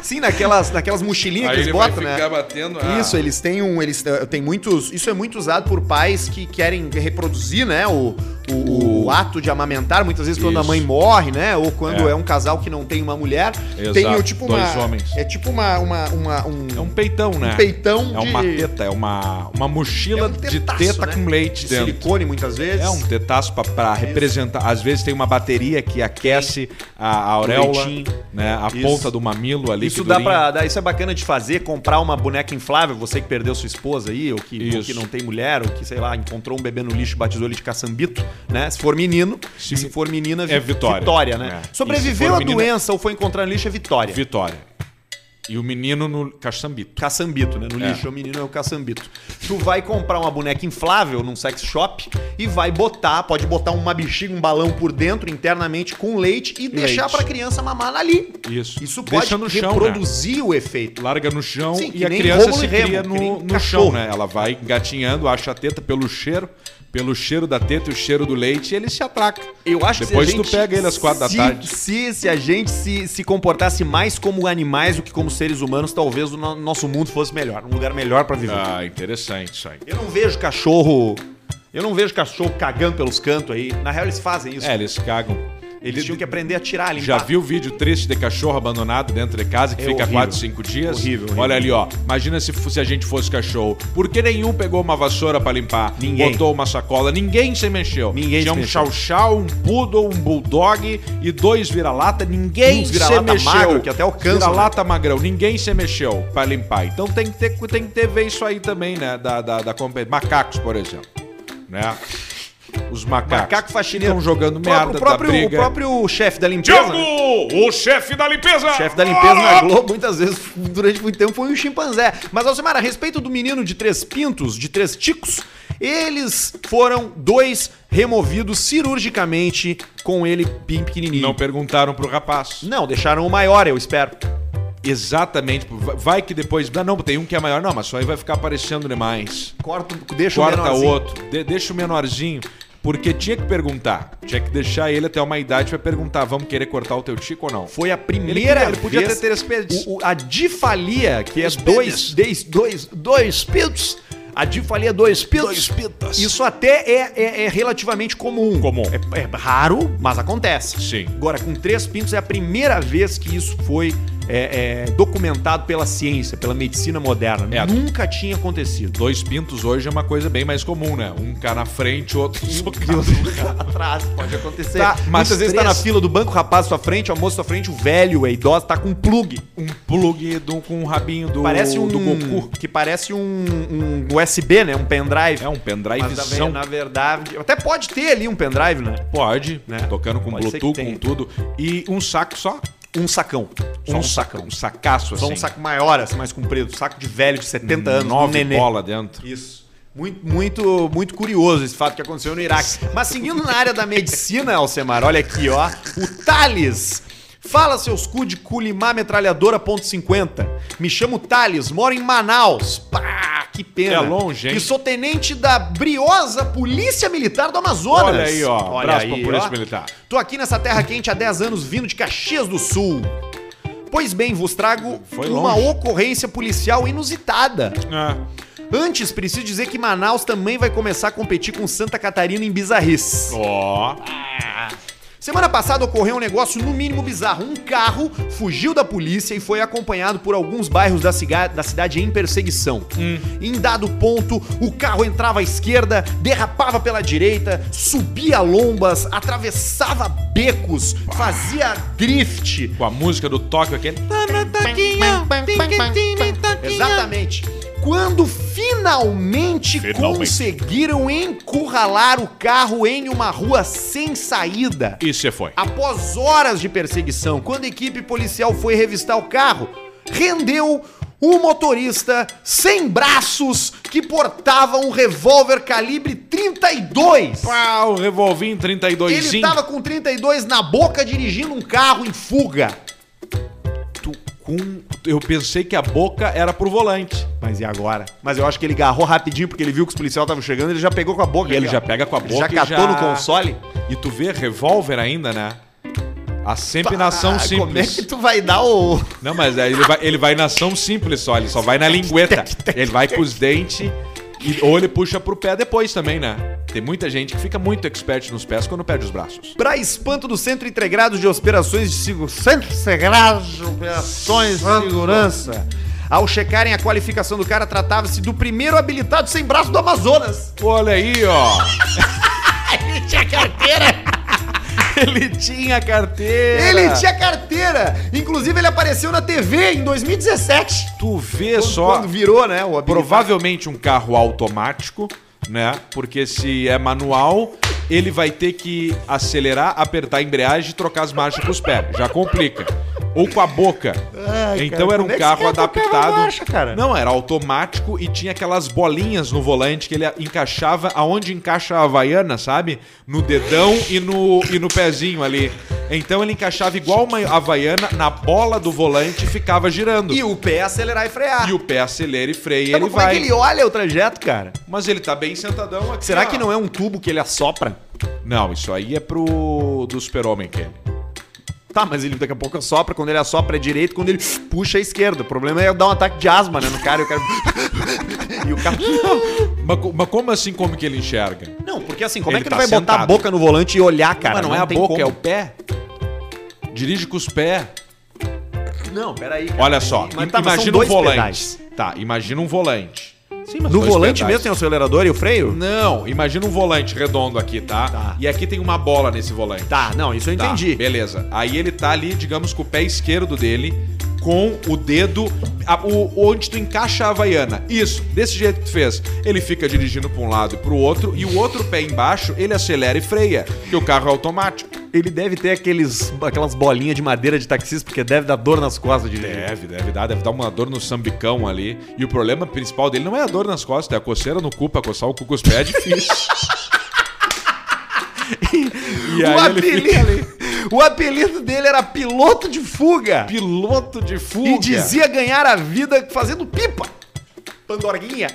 Sim, naquelas, naquelas mochilinhas que eles botam, né?
batendo.
Isso, eles têm um. Eles eh, tem muitos. Isso é muito usado por pais que querem reproduzir, né? O, o, o ato de amamentar, muitas vezes quando a
Isso.
mãe morre, né? Ou quando
É.
é, um casal que não tem uma mulher.
Exato,
Tem o tipo uma.
dois homens.
É tipo uma. uma, uma um,
É um peitão, né?
um peitão
É uma
de,
teta, é uma, uma mochila
É um
de
tetaço,
teta
né?
com leite
de
dentro.
silicone, muitas vezes.
É um tetaço pra, pra representar. Às vezes tem uma bateria que aquece a, a auréola,
leitinho.
né? A
Isso.
ponta do mamilo ali.
Isso
que
dá
durinha.
pra. dá- isso é bacana de fazer, comprar uma boneca inflável, você que perdeu sua esposa aí, ou que, ou
Isso.
que não tem mulher, ou que, sei lá, encontrou um bebê no lixo e batizou ele de caçambito, né? Se for menino,
Se-
se, for menina,
é vitória.
né?
É. E se
Sobreviveu
for
à
menina-
doença ou foi encontrar no lixo é vitória.
Vitória. E o menino no caçambito.
Caçambito, né? No
É.
lixo, o menino é o caçambito. Tu vai comprar uma boneca inflável num sex shop e vai botar, pode botar uma bexiga, um balão por dentro, internamente, com leite e deixar pra criança mamar ali.
Isso.
Isso pode
Deixa no chão, né?
reproduzir o efeito.
Larga no chão
Sim,
e
que
a
nem
criança
Rômulo
se
e Remo,
cria
que
no,
nem
no
cachorro.
chão, né? Ela vai engatinhando, acha a teta pelo cheiro, pelo cheiro da teta e o cheiro do leite, e ele se atraca.
Eu acho
Depois
que se a
tu pega ele às quatro da
se-
tarde.
Se, se a gente se, se comportasse mais como animais do que como seres humanos, talvez o no- nosso mundo fosse melhor, um lugar melhor pra viver.
Ah, interessante isso aí.
Eu não vejo cachorro. Eu não vejo cachorro cagando pelos cantos aí. Na real, eles fazem isso.
É, eles cagam.
eles tinham que aprender a tirar, a limpar.
Já viu o vídeo triste de cachorro abandonado dentro de casa que
É
fica
horrível.
4, 5 dias?
Horrível, horrível.
Olha ali, ó. Imagina se, fosse- se a gente fosse cachorro. Por que nenhum pegou uma vassoura pra limpar?
Ninguém.
Botou uma sacola. Ninguém se mexeu.
Ninguém
Tinha
se
um
mexeu.
chau-chau, um poodle, um bulldog e dois vira-lata. Ninguém
Uns
se
Um vira-lata
mexeu.
magro, que até alcança, né?
Vira-lata magrão. Ninguém se mexeu pra limpar. Então tem que ter, tem que ter ver isso aí também, né? Da, da, da compet- Macacos, por exemplo. Né? Os macacos.
Macaco faxineiro.
Estão jogando
O próprio-
merda
o próprio,
da briga.
O próprio chefe da limpeza.
Diogo,
né?
o chefe da limpeza!
O chefe da limpeza na Globo, muitas vezes, durante muito tempo, foi um chimpanzé. Mas, Alcimar, a respeito do menino de três pintos, de três ticos, eles foram dois removidos cirurgicamente com ele bem pequenininho.
Não
Não,
perguntaram pro rapaz.
deixaram o maior, eu espero.
Exatamente. Vai vai que depois. Ah, não, tem um que é maior. Não, mas só aí vai ficar aparecendo demais.
Corta, deixa o
Corta
menorzinho.
outro. de- deixa o menorzinho. Porque tinha que perguntar. Tinha que deixar ele até uma idade pra perguntar: vamos querer cortar o teu tico ou não?
Foi a
Ele,
primeira
queria- ele podia ter
vez...
três pedidos.
o- o- a difalia, que é
Os
dois,
pênis.
dois, dois, dois pintos, A difalia dois pitos.
Dois pitas.
Isso até é, é- é relativamente comum.
Comum.
É, é raro, mas acontece.
Sim.
Agora, com três pintos é a primeira vez que isso foi é, é, documentado pela ciência, pela medicina moderna.
É.
(laughs) Nunca tinha acontecido.
Dois pintos hoje é uma coisa bem mais comum, né? Um cá na frente, outro socado.
Atrás, pode acontecer.
Tá, mas
Muitas vezes tá
três-
na fila do banco, o rapaz à sua frente, a moça à sua frente, o velho, a idosa, tá com um plug.
Um plug do- com um rabinho do,
Parece um
do Goku.
Que parece um, um USB, né? Um pendrive.
É um
Mas tá na,
pendrivezão.
na verdade, até pode ter ali um pendrive, né?
Pode,
Né?
Tocando com
Pode ser que
Bluetooth,
tenha.
com tudo. E um saco só.
Um sacão. Só um, sacão.
Um sacaço assim.
Só um saco maior, assim, mais comprido. Saco de velho de 70 anos, um
Hum, Nove
nenê.
bola dentro.
Isso. Muito, muito, muito curioso esse fato que aconteceu no Iraque. Mas seguindo na área da medicina, Alcemar, olha aqui, ó. O Thales. Fala seus cu de culimar metralhadora ponto .50. Me chamo Thales, moro em Manaus. Pá, que pena.
É longe, hein?
E sou tenente da briosa Polícia Militar do Amazonas.
Olha aí, ó.
Olha
Abraço pra
aí,
Polícia
ó.
Militar.
Tô aqui nessa terra quente há 10 anos, vindo de Caxias do Sul. Pois bem, vos trago
Foi
uma
longe.
ocorrência policial inusitada.
É.
Antes, preciso dizer que Manaus também vai começar a competir com Santa Catarina em bizarrice.
Ó.
Semana passada ocorreu um negócio no mínimo bizarro. Um carro fugiu da polícia e foi acompanhado por alguns bairros da, ciga- da cidade em perseguição.
Hum.
Em dado ponto, o carro entrava à esquerda, derrapava pela direita, subia lombas, atravessava becos, fazia drift.
Com a música do Tóquio aquele.
Tá na taquinha, tiquitine, taquinha.
Exatamente. Quando finalmente,
Finalmente.
conseguiram encurralar o carro em uma rua sem saída.
E você foi.
Após horas de perseguição, quando a equipe policial foi revistar o carro, rendeu um motorista sem braços que portava um revólver calibre 32.
Pá, o revolvinho 32
Ele tava com 32 na boca dirigindo um carro em fuga.
com. Eu pensei que a boca era pro volante.
Mas e agora? Mas eu acho que ele agarrou rapidinho porque ele viu que os policiais estavam chegando, ele já pegou com a boca.
E ele
ali,
já
ó.
pega com a
Ele
boca.
já
e
catou no console.
E tu vê revólver ainda, né? A sempre na
Ah,
ação
Como é que
simples.
tu vai dar o.
Não, mas aí ele vai, ele vai na ação simples só, ele só vai na
(laughs)
lingueta. Ele vai com os dentes e, ou ele puxa pro pé depois também, né? Tem muita gente que fica muito expert nos pés quando perde os braços.
Pra espanto do Centro Integrado de Operações de Segurança. Centro Integrado de Operações de Segurança. Ao checarem a qualificação do cara, tratava-se do primeiro habilitado sem braço do Amazonas.
Olha aí,
(laughs)
ó. (laughs)
Ele tinha carteira. Ele tinha carteira. Inclusive, ele apareceu na TV em 2017.
Tu vê
Quando-
só.
Quando virou, né? O habilitado.
Provavelmente um carro automático, né? Porque se é manual, ele vai ter que acelerar, apertar a embreagem e trocar as marchas com os pés. Já complica. Ou com a boca.
Ai,
então
cara,
era um
como é que
carro
você troca a
adaptado.
marcha, cara?
Não, era automático e tinha aquelas bolinhas no volante que ele encaixava aonde encaixa a Havaiana, sabe? No dedão e no, e no pezinho ali. Então ele encaixava igual uma Havaiana na bola do volante e ficava girando.
E o pé acelerar e frear.
E o pé acelera e freia e
Sabe
ele
como é
vai.
que ele olha o trajeto, cara?
Mas ele tá bem sentadão aqui.
Será
ó.
que não é um tubo que ele assopra?
Não, isso aí é pro. do super-homem que ele.
Tá, mas ele daqui a pouco assopra, quando ele assopra é direito, quando ele puxa é esquerda. O problema é dar um ataque de asma, né, no cara, e o cara... (laughs) e o cara...
Mas, co- mas como assim como que ele enxerga?
Não, porque assim, como
Ele
é que
tá
ele vai botar a
sentado.
boca no volante e olhar, cara?
mas não, é a
tem
boca,
como.
é o pé. Dirige com os pés.
Não, peraí. cara.
Olha só,
Mas
im-
tá, mas são
imagina um
dois
volante.
pedais.
Tá, imagina um volante. Sim, mas
No volante mesmo tem o acelerador e o freio?
Não, imagina um volante redondo aqui, tá?
Tá.
E aqui tem uma bola nesse volante.
Tá, não, isso eu
Tá,
entendi.
beleza. Aí ele tá ali, digamos, com o pé esquerdo dele, com o dedo a- o, onde tu encaixa a Havaiana. Isso, desse jeito que tu fez. Ele fica dirigindo pra um lado e pro outro, e o outro pé embaixo, ele acelera e freia, que o carro é automático.
Ele deve ter aqueles, aquelas bolinhas de madeira de taxista, porque deve dar dor nas costas de
Deve, deve dar, deve dar uma dor no sambicão ali. E o problema principal dele não é a dor nas costas, é a coceira no cu, pra coçar o cu com os pés é
(laughs)
difícil. e
o,
aí ele fica ali,
Um apelido, o apelido dele era piloto de fuga.
piloto de fuga.
E dizia ganhar a vida fazendo pipa. Pandorguinha.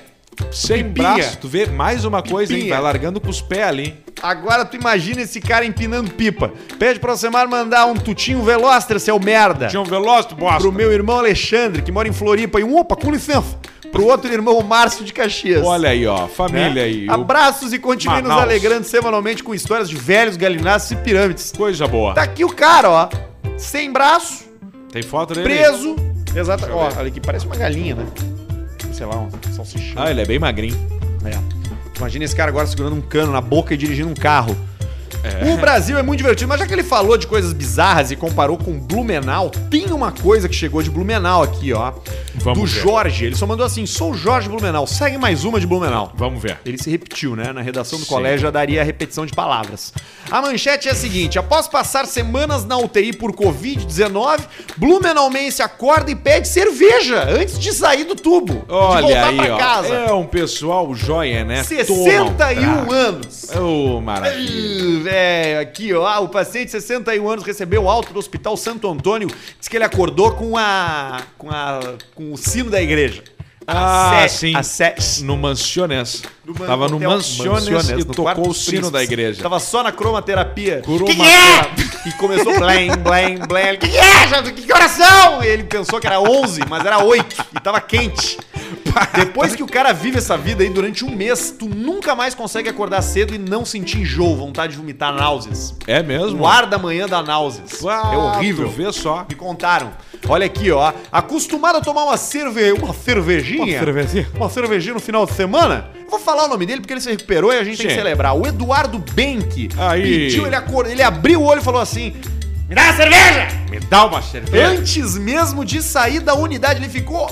Sem
Pipinha.
braço, tu vê mais uma coisa, hein?
Pipinha.
Vai largando com os pés ali.
Agora tu imagina esse cara empinando pipa. Pede pro Alcemar mandar um tutinho veloster, seu merda.
Tinha um veloz, tu bosta.
Pro meu irmão Alexandre, que mora em Floripa. E um, opa, com licença. pro outro irmão Márcio de Caxias.
Olha aí, ó.
né?
Família aí. o-
Abraços e continue nos
Manaus.
alegrando semanalmente com histórias de velhos galinaços e pirâmides.
Coisa boa.
Tá aqui o cara, ó. Sem braço,
Tem foto dele?
preso. Exato.
eu
Ó,
ver.
olha aqui, parece uma galinha, né? Sei lá, um salsichão.
Ah, ele é bem magrinho.
É. Imagina esse cara agora segurando um cano na boca e dirigindo um carro. O Brasil é muito divertido, mas já que ele falou de coisas bizarras e comparou com Blumenau, tem uma coisa que chegou de Blumenau aqui, ó.
Vamos
do
ver.
Jorge. Ele só mandou assim: sou o Jorge Blumenau, segue mais uma de Blumenau.
Vamos ver.
Ele se repetiu, né? Na redação do
Sim.
colégio já daria a repetição de palavras. A manchete é a seguinte: após passar semanas na UTI por Covid-19, Blumenaumense acorda e pede cerveja antes de sair do tubo. de
Olha aí, ó.
casa.
É um pessoal joia, né? Toma um
61
trago.
anos.
Ô, maravilha.
Ah, Velho, aqui ó, Ah, o paciente de 61 anos recebeu alta do Hospital Santo Antônio, diz que ele acordou com a com a com o sino da igreja.
Ah,
sé-
sim.
A sé-
No Mansiones.
do man-
Tava no
hotel-
Mansiones,
Mansiones,
e
no
tocou
quarto
o
dos
sino
príncipes.
da igreja.
Tava só na cromaterapia.
Curou
Que
uma
que é? E começou blém, blém, blém. Ele, Que que é? Jesus? Que, que oração? E ele pensou que era 11, mas era 8 e tava quente. Depois que o cara vive essa vida aí durante um mês, tu nunca mais consegue acordar cedo e não sentir enjoo, vontade de vomitar, náuseas.
É mesmo?
O ar da manhã dá náuseas.
Ah,
é horrível.
tu Vê só.
Me contaram. Olha aqui, ó. Acostumado a tomar uma cerve... uma cervejinha. Uma cervejinha. no final de semana. Eu Vou falar o nome dele porque ele se recuperou e a gente tem que
Sim.
celebrar. O Eduardo Benck
Aí.
pediu, ele, acor... ele abriu o olho e falou assim: Me dá uma cerveja!
Me dá uma cerveja.
Antes mesmo de sair da unidade, ele ficou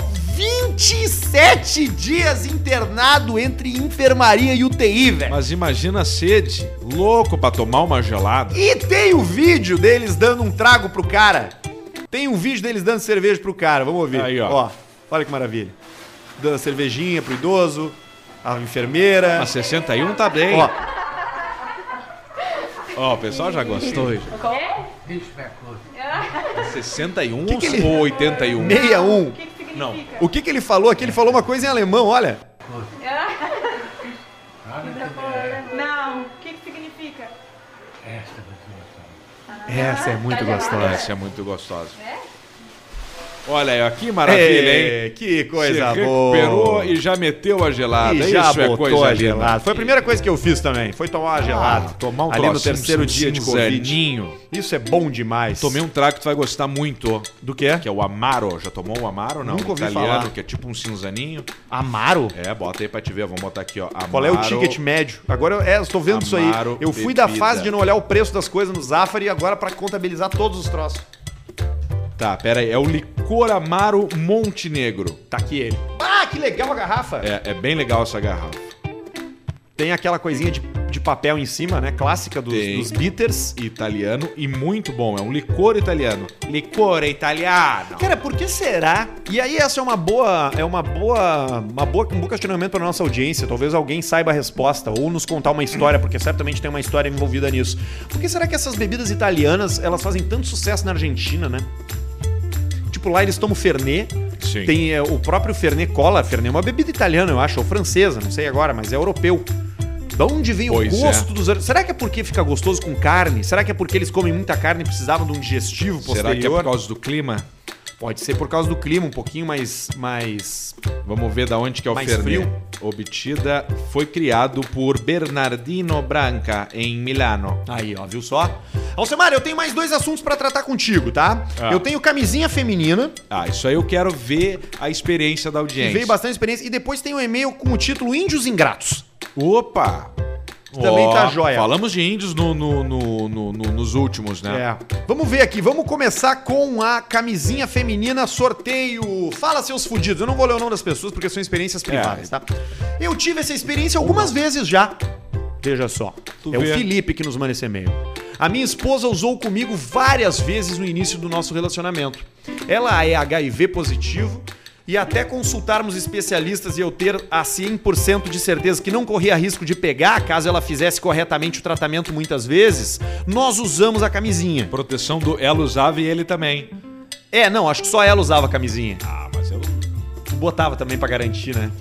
27 dias internado entre enfermaria e UTI, velho.
Mas imagina a sede. Louco pra tomar uma gelada.
E tem o vídeo deles dando um trago pro cara. Tem um vídeo deles dando cerveja pro cara. Vamos ouvir.
Aí, ó.
olha que maravilha. Dando a cervejinha pro idoso, a enfermeira.
Mas 61 tá bem.
Ó,
Ó, o pessoal já gostou. 61
Que que ele-
ou 81?
61.
Não.
O que que ele falou aqui? Ele falou uma coisa em alemão, olha.
Não, o que, que significa?
Essa é muito gostosa.
Essa é muito gostosa. Olha aí, ó, que maravilha, hein?
É, que coisa
Se recuperou
boa.
e já meteu a gelada.
E
Isso
já
é
botou
coisa
a
linda.
gelada. Foi a primeira coisa que eu fiz também. Foi tomar uma gelada.
Tomar um
Ali no
trocinho,
terceiro
um
dia de Covid.
cinzaninho.
Isso é bom demais.
Tomei um trago que tu vai gostar muito.
Do quê?
Que é o Amaro. Já tomou o Amaro? Não.
Nunca ouvi
italiano,
falar.
que é tipo um cinzaninho.
Amaro?
É, bota aí pra te ver. Vamos botar aqui, ó. Amaro,
Qual é o ticket médio? Agora eu, é, eu tô vendo isso aí.
Amaro,
Eu fui da
bebida.
fase de não olhar o preço das coisas no Zafari e agora pra contabilizar todos os troços.
Tá, pera aí. É o licor Amaro Montenegro.
Tá aqui ele. Ah, que legal a garrafa!
É, é bem legal essa garrafa.
Tem aquela coisinha de, de papel em cima, né? Clássica dos,
Tem.
dos bitters.
Italiano e muito bom. É um licor italiano. Licor italiano.
Cara, É, por que será? E aí essa é uma boa, é uma boa, uma boa, um bom questionamento para nossa audiência. Talvez alguém saiba a resposta ou nos contar uma história, porque certamente tem uma história envolvida nisso. Por que será que essas bebidas italianas, elas fazem tanto sucesso na Argentina, né? Tipo, lá eles tomam Fernet,
Sim.
tem é, o próprio Fernet Cola. Fernet é uma bebida italiana, eu acho, ou francesa, não sei agora, mas é europeu. Da onde vem
Pois
o
é.
gosto dos... Será que é porque fica gostoso com carne? Será que é porque eles comem muita carne e precisavam de um digestivo posterior?
Será que é por causa do clima?
Pode ser por causa do clima, um pouquinho mais. mais...
Vamos ver da onde que é o
Mais
Fernet.
frio.
Obtida foi criado por Bernardino Branca em Milano.
Aí, ó, viu só? Alcemar, eu tenho mais dois assuntos pra tratar contigo, tá?
Ah.
Eu tenho camisinha feminina,
Ah, isso aí eu quero ver a experiência da
que
audiência.
veio bastante experiência, e depois tem um e-mail com o título Índios Ingratos.
Opa!
Também
Ó,
tá jóia.
Falamos de índios no- no- no- no- no- nos últimos, né?
É. Vamos ver aqui, vamos começar com a camisinha feminina sorteio. Fala, seus fudidos. Eu não vou ler o nome das pessoas porque são
É.
experiências privadas, tá? Eu tive essa experiência algumas vezes já. Veja só.
Tu
é
vê.
o Felipe que nos manda esse e-mail. A minha esposa usou comigo várias vezes no início do nosso relacionamento. Ela é HIV positivo. E até consultarmos especialistas e eu ter a 100% de certeza que não corria risco de pegar, caso ela fizesse corretamente o tratamento muitas vezes, nós usamos a camisinha.
Proteção do ela usava e ele também.
É, não, acho que só ela usava a camisinha.
Ah, mas eu.
Tu botava também pra garantir, né?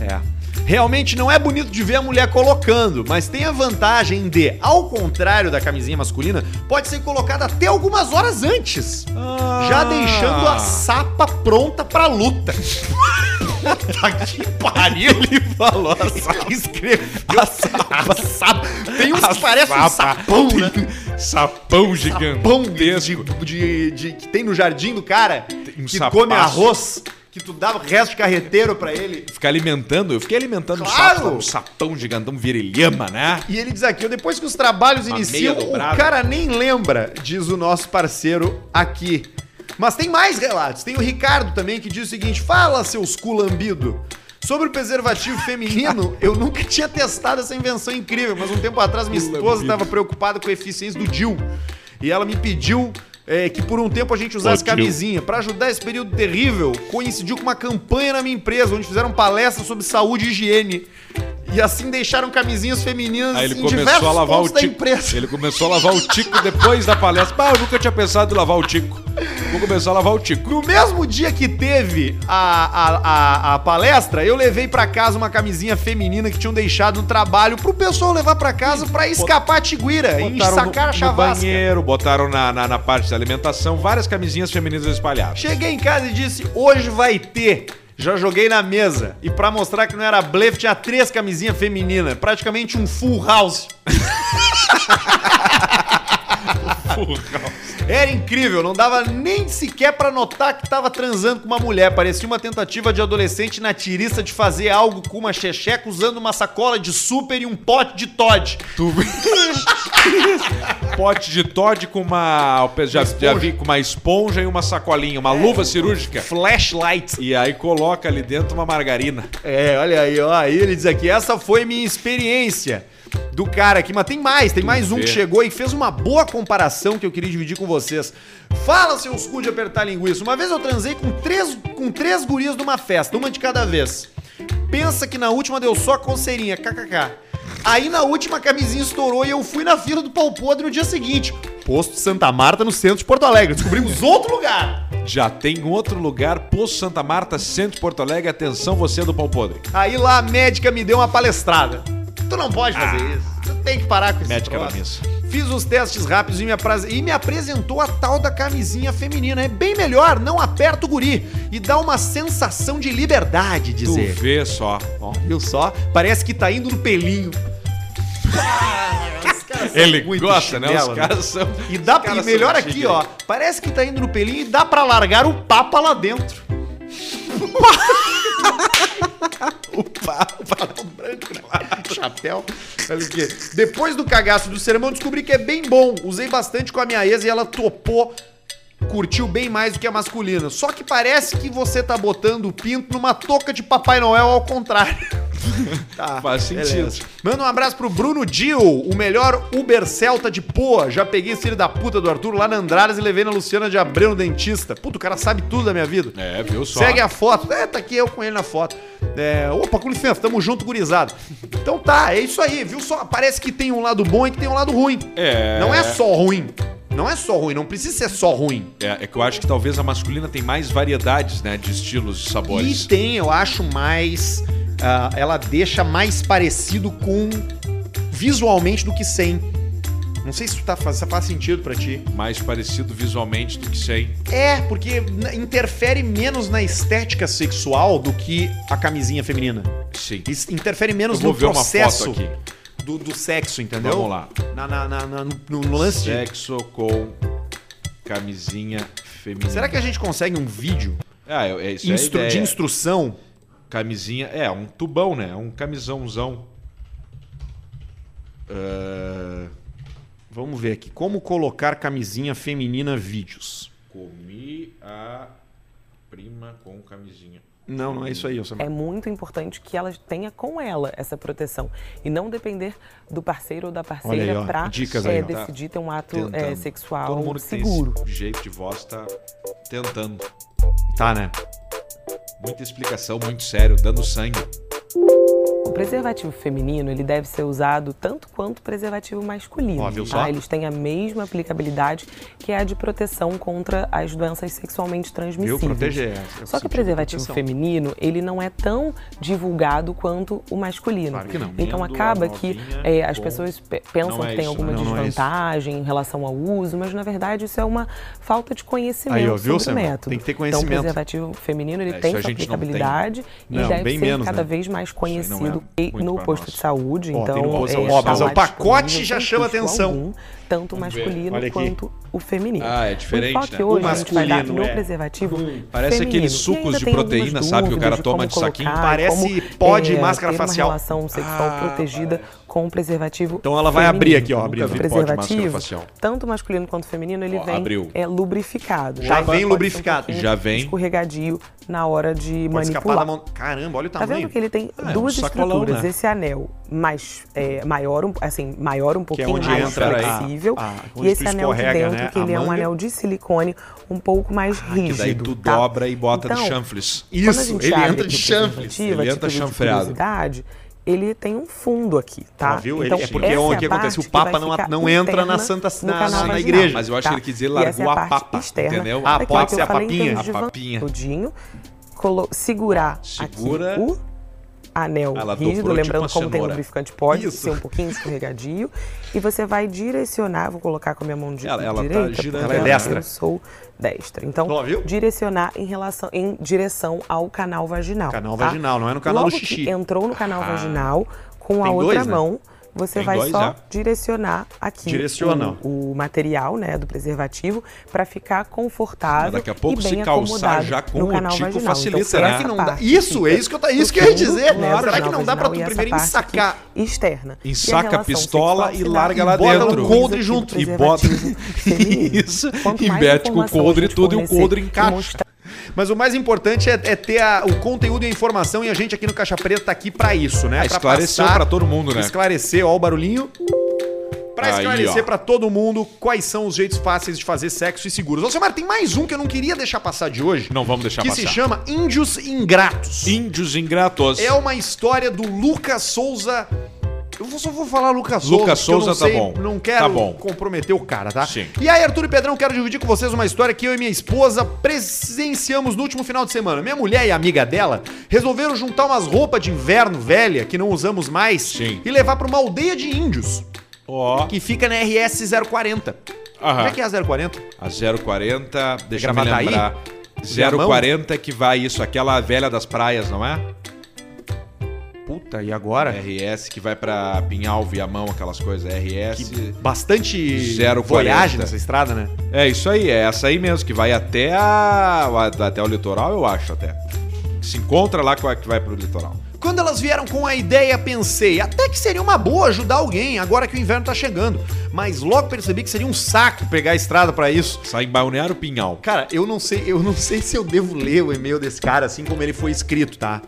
É. Realmente não é bonito de ver a mulher colocando, mas tem a vantagem de, ao contrário da camisinha masculina, pode ser colocada até algumas horas
Ah. (laughs)
antes, já deixando a sapa pronta pra luta.
Tá
Puta que pariu! Ele falou assado. Escreveu assado. Tem uns que parecem um sapão, né?
Sapão
Pão um
gigantesco.
de, de, de- de- que tem no jardim do cara,
um
que
sapaço.
come arroz, que tu dá o resto de carreteiro pra ele.
Ficar alimentando, eu fiquei alimentando
Claro!
um sapo, um sapão gigantão, virilhama, né?
E ele diz aqui, ó, depois que os trabalhos
Uma
iniciam,
meia
o
dobrada.
cara nem lembra, diz o nosso parceiro aqui. Mas tem mais relatos. Tem o Ricardo também que diz o seguinte: fala, seus culambido. Sobre o preservativo
(laughs)
feminino, eu nunca tinha testado essa invenção incrível, mas um tempo atrás minha esposa estava preocupada com a eficiência do DIL. E ela me pediu é, que por um tempo a gente usasse camisinha. Pra ajudar esse período terrível, coincidiu com uma campanha na minha empresa, onde fizeram palestra sobre saúde e higiene. E assim deixaram camisinhas femininas
Aí ele
em
começou a
diversos
lavar o
pontos da
tico.
empresa.
Ele começou a lavar o tico depois da palestra. Bah, eu nunca tinha pensado em lavar o tico. Vou começar a lavar o tico.
No mesmo dia que teve a, a, a, a palestra, eu levei pra casa uma camisinha feminina que tinham deixado no trabalho pro pessoal levar pra casa pra escapar a tiguira e
Botaram no-
sacar a
no
chavasca.
banheiro, botaram na, na, na parte da alimentação, várias camisinhas femininas espalhadas.
Cheguei em casa e disse: hoje vai ter. Já joguei na mesa. E pra mostrar que não era blefe, tinha três camisinhas femininas. Praticamente um full house. (laughs) Era incrível, não dava nem sequer pra notar que tava transando com uma mulher. Parecia uma tentativa de adolescente na tirista de fazer algo com uma xexeca usando uma sacola de super e um pote de Todd.
Pote de Todd com uma. Já, já vi com uma esponja e uma sacolinha, uma luva cirúrgica.
É, Flashlight.
E aí coloca ali dentro uma margarina.
É, olha aí, ó. Aí ele diz aqui: essa foi minha experiência do cara aqui. Mas tem mais, tem mais um
vê.
que chegou e fez uma boa comparação que eu queria dividir com vocês. Fala, seus cu de apertar linguiça. Uma vez eu transei com três, com três gurias numa festa, uma de cada vez. Pensa que na última deu só coceirinha, kkk. Aí na última a camisinha estourou e eu fui na fila do pau podre no dia seguinte. Posto Santa Marta, no centro de Porto Alegre. Descobrimos outro lugar.
Já tem outro lugar, Poço Santa Marta, Centro de Porto Alegre. Atenção, você do Pau Podre.
Aí lá a médica me deu uma palestrada. Tu não pode fazer isso. Tu tem que parar com isso.
Ah. Médica da missa.
Fiz os testes rápidos e me, apras- e me apresentou a tal da camisinha feminina. É bem melhor, não aperta o guri. E dá uma sensação de liberdade,
Tu
dizer.
vê só.
Ó, viu só? Parece que tá indo no pelinho.
(laughs) Ele
muito
gosta, né?
chinelo,
Os
né?
caras são.
E dá
os
pra,
caras
e melhor
são
aqui,
chique,
ó. Parece que tá indo no pelinho e dá pra largar o papa lá dentro. (laughs) o papa, o papa branco, né? Chapéu. Olha aqui. Depois do cagaço do sermão, descobri que é bem bom. Usei bastante com a minha ex e ela topou. Curtiu bem mais do que a masculina. Só que parece que você tá botando o pinto numa touca de Papai Noel ao (laughs) contrário. Tá,
Faz sentido.
beleza. Manda um abraço pro Bruno Dio, o melhor Uber Celta de Poa. Já peguei esse filho da puta do Arthur lá na Andradas e levei na Luciana de Abreu no dentista. Puta, o cara sabe tudo da minha vida.
É, viu só.
Segue a foto. É, tá aqui eu com ele na foto. É, opa, com licença, tamo junto, gurizado. Então tá, é isso aí, viu só? Parece que tem um lado bom e que tem um lado ruim.
É.
Não é só ruim. Não é só ruim, não precisa ser só ruim.
É, é que eu acho que talvez a masculina tem mais variedades, né? De estilos e sabores.
E tem, eu acho, mais. ah, ela deixa mais parecido com. visualmente do que sem. Não sei se, tu tá, fa- se faz sentido pra ti.
Mais parecido visualmente do que sem.
É, porque n- interfere menos na estética sexual do que a camisinha feminina.
Sim.
Isso interfere menos
Eu vou
no
ver uma
processo
foto aqui.
Do, do sexo, entendeu?
Vamos lá.
Na, na- na- na- no, no lance de-
Sexo com camisinha feminina.
Será que a gente consegue um vídeo
Ah, é, é isso
instru-
é a
de
ideia.
instrução?
Camisinha. É, um tubão, né? Um camisãozão. Ah,
Vamos ver aqui. Como colocar camisinha feminina vídeos.
comi a prima com camisinha.
Não, não é isso aí, Alcemar.
É muito importante que ela tenha com ela essa proteção e não depender do parceiro ou da
Olha aí,
parceira
ó,
para
dicas aí, ó.
decidir ter um ato
Tentando.
eh, sexual
Todo mundo que tem
seguro.
esse jeito de voz tá tentando.
Tá, né?
Muita explicação, muito sério, dando sangue.
O preservativo feminino ele deve ser usado tanto quanto o preservativo masculino.
Ó, viu
tá?
só?
Eles têm a mesma aplicabilidade que é a de proteção contra as doenças sexualmente transmissíveis.
proteger, é, é
Só que
sentido
o
de
preservativo
proteção.
feminino ele não é tão divulgado quanto o masculino.
Claro que não.
Então
Amêndoa,
acaba que
novinha,
é, as
bom.
pessoas pe- pensam
Não é
que tem
isso,
alguma
né? Não,
não é isso.
desvantagem em relação ao uso, mas na verdade isso é uma falta de conhecimento
Aí, ó, viu,
sobre o
Sema?
método.
Tem que ter
Então
conhecimento.
o preservativo feminino ele
É,
tem
isso a
sua
gente não tem.
aplicabilidade e
Não,
deve
bem
ser
menos,
cada
né?
vez mais
aí não é
conhecido e
muito
no
pra
posto
nós.
de saúde.
Ó,
então,
tem no bolso,
é,
ó, mas
tá
o
lá
pacote
disponível
já
sem
chama
custo
atenção.
algum, tanto o
ver.
Olha
masculino
aqui.
quanto o feminino.
Ah, é diferente,
O enfoque
né?
hoje
O
a gente vai dar
masculino,
no
é.
preservativo
Parece
feminino.
aqueles
E
sucos
ainda
de
tem algumas
proteína, sabe, que o cara
dúvidas de
toma
como
de saquinho.
colocar,
Parece
como,
pó de
eh,
máscara
ter uma
facial.
relação sexual protegida com o preservativo
Então ela vai
feminino.
abrir aqui, ó, abrir.
O
Nunca
vi pó de máscara
preservativo,
facial.
tanto masculino quanto feminino, ele
Ó,
vem
abriu.
é lubrificado.
Já
né? Então
vem
pode ser
lubrificado.
pouquinho
Já vem.
Escorregadio na hora de
Pode escapar da
manipular.
mão. Caramba, olha o
Tá
tamanho. Ah,
vendo que ele tem
é um
duas
sacolão,
estruturas.
né?
Esse anel mais é, maior, um, assim, maior um
é
pouquinho
onde
mais
entra a-
flexível.
a- onde
e esse
tu
anel de
escorrega,
dentro,
né?
que
A
ele é um
manga. Ah,
anel de silicone um pouco mais rígido.
Que daí tu
tá?
dobra e bota
então,
de chanfles.
quando a
Isso,
gente
ele
abre tipo
entra de
aqui o
chanfles.
preservativo,
Ele
a
entra
título tipo de
chanfreado.
curiosidade, Ele tem um fundo aqui, tá?
Ó, viu? Ele-
Então,
é porque
essa
é onde
a
acontece,
parte
o Papa
que vai
não-
ficar
não entra na
interna
Santa-
no
na-
canal
na
vaginal,
igreja.
Mas eu acho que ele quis dizer,
E
largou
essa é
a
parte
papa,
externa.
entendeu?
Ah,
Daquilo que
pode ser
eu
a
falei em
papinha?
termos de
A papinha.
Tudinho, colo- segurar
Segura.
aqui o anel
Ela
rígido,
dobrou tipo
lembrando
uma
como tem
cenoura.
lubrificante, pode
Isso.
ser um pouquinho escorregadio. e você vai direcionar, vou colocar com a minha mão de,
Ela- ela tá
direita,
girando.
porque
Ela é destra.
Eu sou destra. Então,
Ó, viu?
direcionar em, relação, em direção ao canal vaginal.
Canal
tá?
vaginal, não é no canal do
Logo que
xixi.
entrou no canal
Ah.
vaginal, com a
Tem
outra
dois, né?
mão, você
Tem
vai
dois,
só
né?
direcionar aqui
Direciona.
O, o material né, do preservativo para ficar confortável.
Daqui a pouco,
e
se
bem
calçar
acomodado
já com
no
o
canal
tico,
vaginal.
facilita,
então,
né?
essa
Será que não dá?
parte
Isso, é isso que eu, tá, isso que eu ia
profundo,
dizer.
né, do
Será que não
canal
dá pra tu
vaginal e essa
primeiro
parte
ensacar?
aqui Externa. E a
Ensaca a
relação
pistola
sexual
e larga
final
lá
e bota
dentro.
no
coldre
preservativo
junto.
E bota-
feminino.
(laughs) Isso.
né? Quanto
E
mais
mete com o
informação a
coldre
gente
tudo e o
fornecer
coldre
e
encaixa.
mostrar
Mas o mais importante é, é ter a- o conteúdo e a informação e a gente aqui no Caixa Preta tá aqui pra isso, né?
Ah,
Pra
esclareceu
passar-
pra todo mundo, né?
Esclarecer, ó o barulhinho. Pra
Aí,
esclarecer
ó.
pra todo mundo quais são os jeitos fáceis de fazer sexo e seguros. Ô, Samara, tem mais um que eu não queria deixar passar de hoje.
Não vamos deixar
que
passar.
se chama Índios Ingratos.
Índios ingratos.
É uma história do Lucas Souza. Eu vou- só vou falar Lucas Souza.
Lucas
porque eu
Souza,
não
tá
sei-
bom.
Não quero
Tá bom.
comprometer o cara, tá?
Sim.
E aí, Arthur e Pedrão, quero dividir com vocês uma história que eu e minha esposa presenciamos no último final de semana. Minha mulher e a amiga dela resolveram juntar umas roupas de inverno velha que não usamos mais
Sim.
e levar pra uma aldeia de índios
Ó.
que fica na RS 040.
Aham.
Onde é que é a 040?
A 040, deixa eu me
Gravataí?
lembrar.
Viamão?
040 que vai isso, aquela velha das praias, não é?
Puta, e agora?
RS que vai pra Pinhal, Viamão, aquelas coisas. RS.
Bastante
040.
folhagem nessa estrada, né?
É isso aí, é essa aí mesmo, que vai até a, a- até o litoral, eu acho até. Se encontra lá com a que vai pro litoral.
Quando elas vieram com a ideia, pensei, até que seria uma boa ajudar alguém agora que o inverno tá chegando. Mas logo percebi que seria um saco pegar a estrada pra isso.
Sai em Balneário Pinhal.
Cara, eu não sei, eu não sei se eu devo ler o e-mail desse cara assim como ele foi escrito, tá?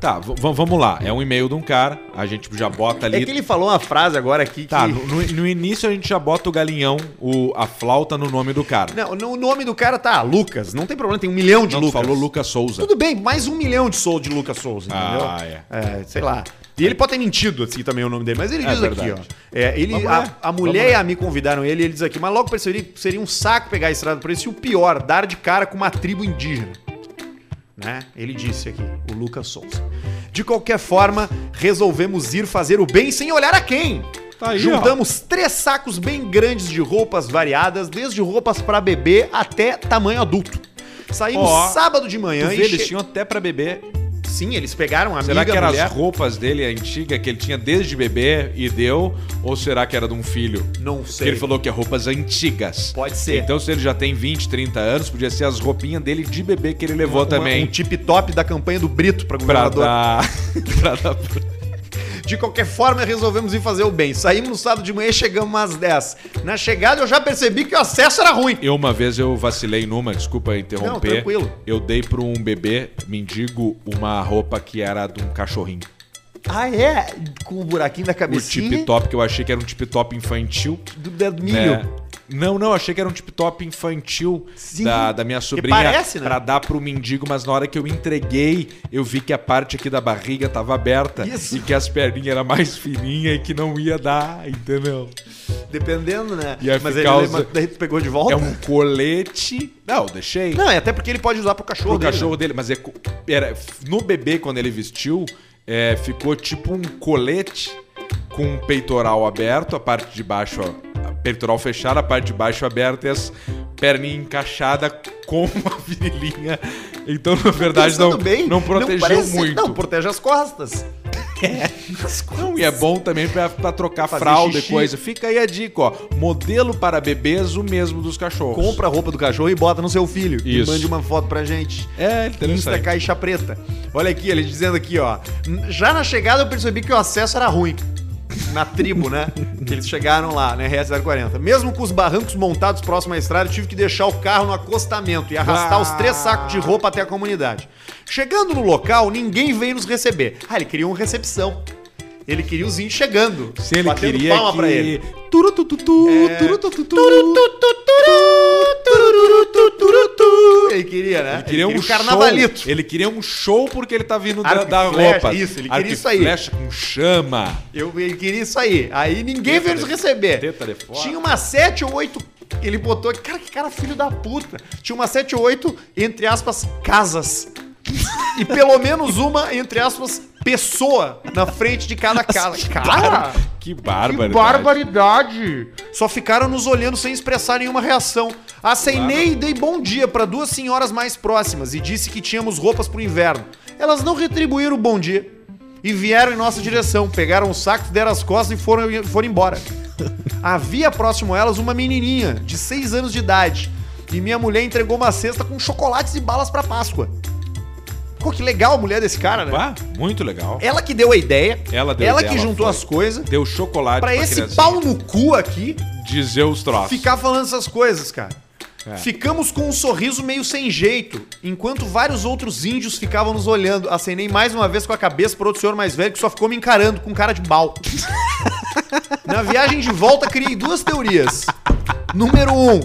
Tá, v- v- vamos lá. É um e-mail de um cara, a gente já bota ali.
É que ele falou uma frase agora aqui que
Tá, no, no- no início a gente já bota o galinhão, o, a flauta no nome do cara.
Não, no nome do cara tá Lucas, não tem problema, tem um milhão de
Não, tu
Lucas.
falou Lucas Souza.
Tudo bem, mais um milhão de sou de Lucas Souza, entendeu?
Ah, é.
sei lá. E ele pode ter mentido assim também o nome dele, mas ele
É
diz aqui, ó.
verdade.
É, ele,
Vamos
a,
ver.
a
Vamos
mulher
ver.
e a me convidaram ele, e ele diz aqui, mas logo percebi que seria um saco pegar a estrada por isso e o pior, dar de cara com uma tribo indígena. Né? Ele disse aqui, o Lucas Souza. De qualquer forma, resolvemos ir fazer o bem sem olhar a quem.
Tá aí, ó.
Juntamos três sacos bem grandes de roupas variadas, desde roupas pra bebê até tamanho adulto. Saímos
Ó,
sábado de
Tu
manhã
vê, eles
che-
tinham até pra beber.
Sim, eles pegaram a amiga,
Será que eram
mulher.
as roupas dele, a antiga, que ele tinha desde bebê e deu? Ou será que era de um filho?
Não
Porque
sei.
ele falou que é roupas antigas.
Pode ser.
Então, se ele já tem 20, 30 anos, podia ser as roupinhas dele de bebê que ele levou
Uma-
também.
Um tip-top da campanha do Brito pra
Pra
governador.
dar... (laughs) pra dar.
De qualquer forma, resolvemos ir fazer o bem. Saímos no sábado de manhã e chegamos às 10. Na chegada, eu já percebi que o acesso era ruim.
Eu uma vez eu vacilei numa, desculpa interromper.
Não, tranquilo.
Eu dei pra um bebê mendigo uma roupa que era de um cachorrinho.
Ah, é? Com o buraquinho da
O
cabecinha
tip top, que eu achei que era um tip top infantil.
do dedo milho.
né? Não, não, achei que era um tip top infantil
Sim.
da, da minha sobrinha
parece, né?
pra dar pro mendigo, mas na hora que eu entreguei, eu vi que a parte aqui da barriga tava aberta
Isso.
e que as perninhas eram mais fininhas e que não ia dar, entendeu?
Dependendo, né?
Ia
mas
ficar
ele
os-
mas daí tu pegou de volta.
É um colete. Não, eu deixei.
Não, é até porque ele pode usar pro
pro
cachorro dele, né?
cachorro dele, mas é co- era, no bebê, quando ele vestiu, é, ficou tipo um colete com um peitoral aberto, a parte de baixo, ó, a peitoral fechado, a parte de baixo aberta e as perninhas encaixadas com (laughs) uma virilhinha. Então, na verdade, não,
Pensando bem,
não protegeu
parece-
muito. É.
Não, protege as
(laughs)
costas.
Não, e é bom também pra, pra trocar
Fazer
fralda
xixi.
e coisa. Fica aí a dica, ó. Modelo para bebês, o mesmo dos cachorros.
Compra a roupa do cachorro e bota no seu filho. E
Isso.
mande uma foto pra gente.
É,
Insta
interessante.
Caixa Preta. Olha aqui, ele dizendo aqui, ó. Já na chegada eu percebi que o acesso era ruim. Na tribo, né? que eles chegaram lá, né? na RS-040. Mesmo com os barrancos montados próximo à estrada, eu tive que deixar o carro no acostamento e arrastar
Ah.
os três sacos de roupa até a comunidade. Chegando no local, ninguém veio nos receber. Ah, ele queria uma recepção. Ele queria os índios chegando.
Se ele
batendo
queria
palma
que...
pra ele.
Turutututu,
É.
turutututu.
Ele queria, né?
Ele queria um
o carnavalito.
show. Ele queria um show porque ele tá vindo da-
Arco e
da,
flecha,
roupa.
isso, ele queria
Arco e
isso aí.
Flecha com chama.
Eu, ele queria isso aí. Aí ninguém veio nos receber.
teta de fora.
Tinha umas sete ou oito. Ele botou. Cara, que cara filho da puta. Tinha umas sete ou oito, entre aspas, casas. E pelo menos uma, entre aspas, pessoa na frente de cada casa. Cara!
Que bárbaro.
Ah. Que barbaridade! Só ficaram nos olhando sem expressar nenhuma reação. Acenei e dei bom dia para duas senhoras mais próximas e disse que tínhamos roupas pro inverno. Elas não retribuíram o bom dia e vieram em nossa direção, pegaram os sacos, deram as costas e foram, foram
(laughs)
embora. Havia próximo a elas uma menininha de 6 anos de idade e minha mulher entregou uma cesta com chocolates e balas para Páscoa. Pô, que legal a mulher desse cara, né?
Bah, muito legal.
Ela que deu a ideia,
Ela deu a ideia,
que
ela
juntou
foi.
as coisas,
Deu chocolate
Pra esse
criancinha.
pau no cu aqui
Dizer os troços.
ficar falando essas coisas, cara.
É.
Ficamos com um sorriso meio sem jeito, enquanto vários outros índios ficavam nos olhando. Acenei mais uma vez com a cabeça para outro senhor mais velho que só ficou me encarando com cara de
(laughs)
bal. Na viagem de volta, criei duas teorias. Número um,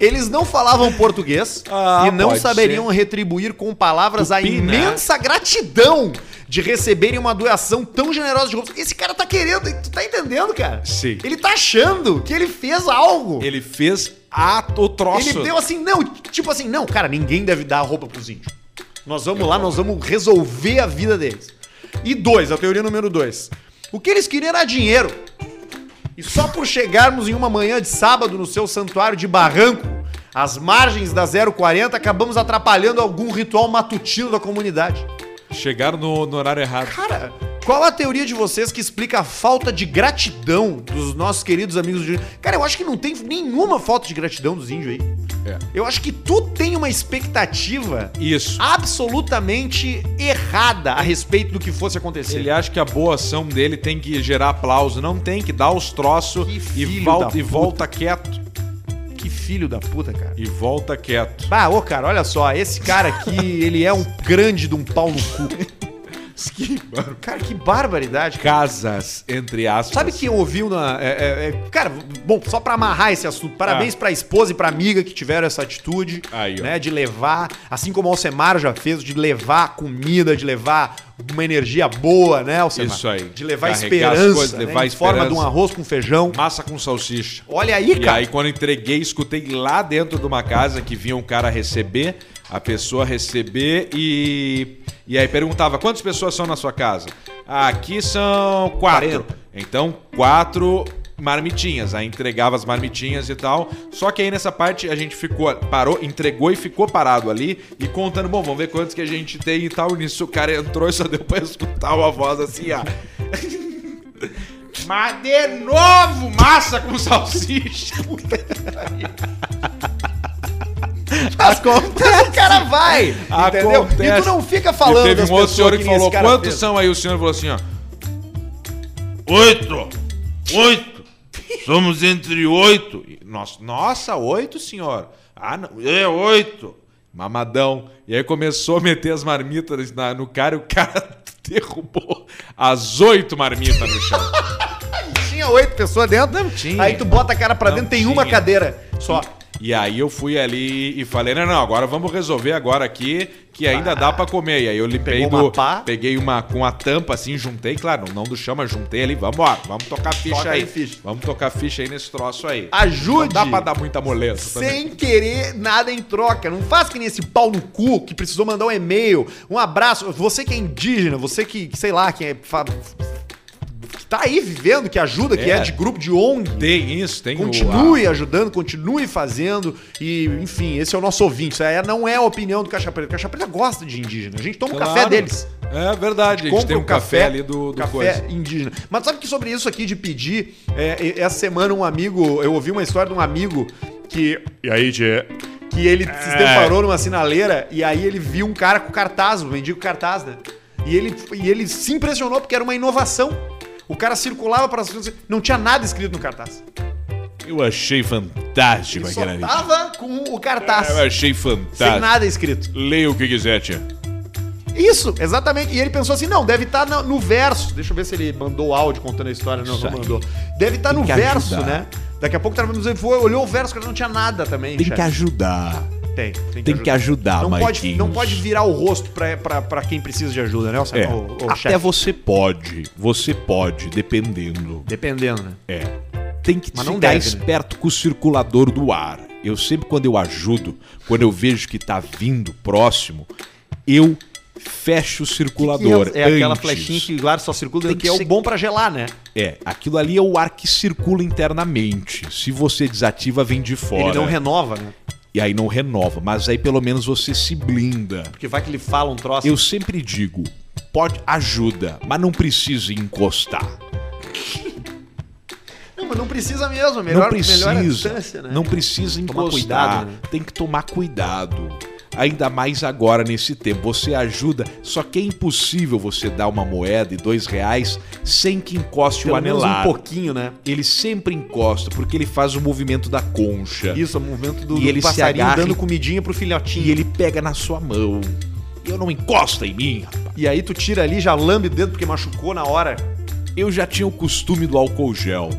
eles não falavam português
Ah,
e não
pode
saberiam retribuir com palavras a
Tupi, né?
imensa gratidão de receberem uma doação tão generosa de roupas. Esse cara tá querendo, tu tá entendendo, cara?
Sim.
Ele tá achando que ele fez algo. Ele,
Ele fez a, o troço.
deu assim, não, tipo assim, não, cara, ninguém deve dar roupa pros índios. Nós vamos lá, nós vamos resolver a vida deles. E dois, a teoria número dois. O que eles queriam era dinheiro. E só por chegarmos em uma manhã de sábado no seu santuário de barranco, às margens da 040, acabamos atrapalhando algum ritual matutino da comunidade.
Chegaram no, no horário errado.
Cara, qual a teoria de vocês que explica a falta de gratidão dos nossos queridos amigos de. Cara, eu acho que não tem nenhuma falta de gratidão dos índios aí.
É.
Eu acho que tu tem uma expectativa
Isso.
Ah. absolutamente errada a respeito do que fosse acontecer.
Ele acha que a boa ação dele tem que gerar aplauso. Não tem que dar os troços
Que
e
filho da
volta, e
puta.
volta quieto. é
Que filho da puta, cara.
E volta quieto.
Bah, ô cara, olha só, esse cara
(laughs)
aqui, ele é um grande de um pau no cu.
Que bar-
Cara, que barbaridade, cara.
Casas, entre aspas.
Sabe que eu ouvi uma. é, é, é, cara, bom, só pra amarrar esse assunto, parabéns pra esposa e pra amiga que tiveram essa atitude,
Ah. Aí, ó.
né? De levar, assim como o Alcemar já fez, de levar comida, de levar uma energia boa, né, Alcemar?
Isso aí.
De levar
Carregar as
esperança,
coisas,
né,
levar
em forma de um
esperança.
arroz com feijão.
Massa com salsicha.
Olha aí,
E
cara.
aí, quando entreguei, escutei lá dentro de uma casa que vinha um cara receber, a pessoa receber e. E aí perguntava: quantas pessoas são na sua casa? "Ah, Aqui são quatro. Então, quatro marmitinhas. Aí entregava as marmitinhas e tal. Só que aí nessa parte a gente ficou, parou, entregou e ficou parado ali e contando: bom, vamos ver quantos que a gente tem e tal. Nisso o cara entrou e só deu pra escutar uma voz assim, ó. Mas de novo, massa com salsicha.
(laughs)
(laughs)
As contas, o cara vai. Entendeu? E tu
Acontece.
não fica falando.
E teve
das
um outro
pessoas
senhor que,
nem esse
falou,
cara
quantos
fez.
são aí? O senhor falou assim, ó.
Oito! Oito! Somos entre oito!
E, Nossa, nossa, oito, senhor. Ah, não.
É oito!
Mamadão. E aí começou a meter as marmitas na- no (laughs) cara e o cara derrubou as oito marmitas no chão.
Tinha tinha oito pessoas dentro.
Não tinha.
Aí tu bota a cara pra
Não
dentro, tem uma
tinha.
cadeira só.
E aí eu fui ali e falei, não, não, agora vamos resolver agora aqui, que ainda dá pra comer. E aí eu limpei
Pegou
do.
uma pá.
Peguei uma com a tampa assim, juntei, claro, não do chama, juntei ali, vamos lá, vamos tocar ficha
Toca
aí.
aí, ficha.
Vamos tocar ficha aí nesse troço aí. Não
Ajude.
dá pra dar muita moleza também.
Sem querer nada em troca. Não faz que nem esse pau no cu que precisou mandar um e-mail, um abraço. Você que é indígena, você que, que sei lá, que é. fa- que tá aí vivendo, que ajuda, que é
É.
de grupo de ONG.
Tem isso, tem o-
Continue ajudando, continue fazendo. E, enfim, esse é o nosso ouvinte. Isso aí não é a opinião do Caixa Preta. O Caixa Preta gosta de indígena. A gente toma o
Claro.
café deles.
É verdade, a gente
Compra
tem um
um
café,
café,
ali do, do
café
coisa.
indígena. Mas sabe que sobre isso aqui de pedir, é, e- essa semana um amigo, eu ouvi uma história de um amigo que. E aí, Tchê? Que ele se
É.
deparou numa sinaleira e aí ele viu um cara com cartaz, um mendigo cartaz, né? E ele, e ele se impressionou porque era uma inovação. O cara circulava para as pessoas, não tinha nada escrito no cartaz.
Eu achei fantástico
Ele só
aquela ali.
tava com o cartaz.
Eu achei
Sem
fantástico.
nada escrito.
Leia o que quiser, tia.
Isso, exatamente. E ele pensou assim: não, deve estar no verso. Deixa eu ver se ele mandou o áudio contando a história. Não, não mandou. Deve estar no
que
verso,
ajudar.
né? Daqui a pouco tava nos foi, olhou o verso, cara, não tinha nada também. chefe.
ajudar.
Tem, tem que
ajudar,
Não pode,
Maiquinhos.
não pode virar o rosto pra, pra, pra quem precisa de ajuda, né? O,
É.
o- o
Até
chefe.
você pode. Você pode, dependendo. é.
Dependendo, né?
Tem que
Mas
ficar
não deve, né?
esperto com o circulador do ar. Eu sempre, quando eu ajudo, quando eu vejo que tá vindo próximo, eu fecho o circulador.
é aquela
antes.
flechinha que claro, só circula,
Tem
que,
que
é o
ser-
bom pra gelar, né?
É, aquilo ali é o ar que circula internamente. Se você desativa, vem de fora.
Ele não renova, né?
E aí não renova, mas aí pelo menos você se blinda.
Porque vai que ele fala um troço.
Eu sempre digo, pode ajuda, mas não precisa encostar.
Não, mas não precisa mesmo. Melhor,
não
melhor a
precisa,
distância, né?
não precisa
Tomar
encostar.
cuidado, né?
Tem que tomar cuidado. Ainda mais agora nesse tempo. Você ajuda, só que é impossível você dar uma moeda e dois reais sem que encoste o
Pelo menos um
anelado.
pouquinho, né?
Ele sempre encosta porque ele faz o movimento da concha.
Isso, é o movimento do,
E
do
ele se
passarinho
agarra
dando
e-
comidinha pro filhotinho.
E ele pega na sua mão. Eu não encosta em mim, rapaz.
E aí tu tira ali, já lambe o dedo porque machucou na hora.
Eu já tinha o costume do álcool gel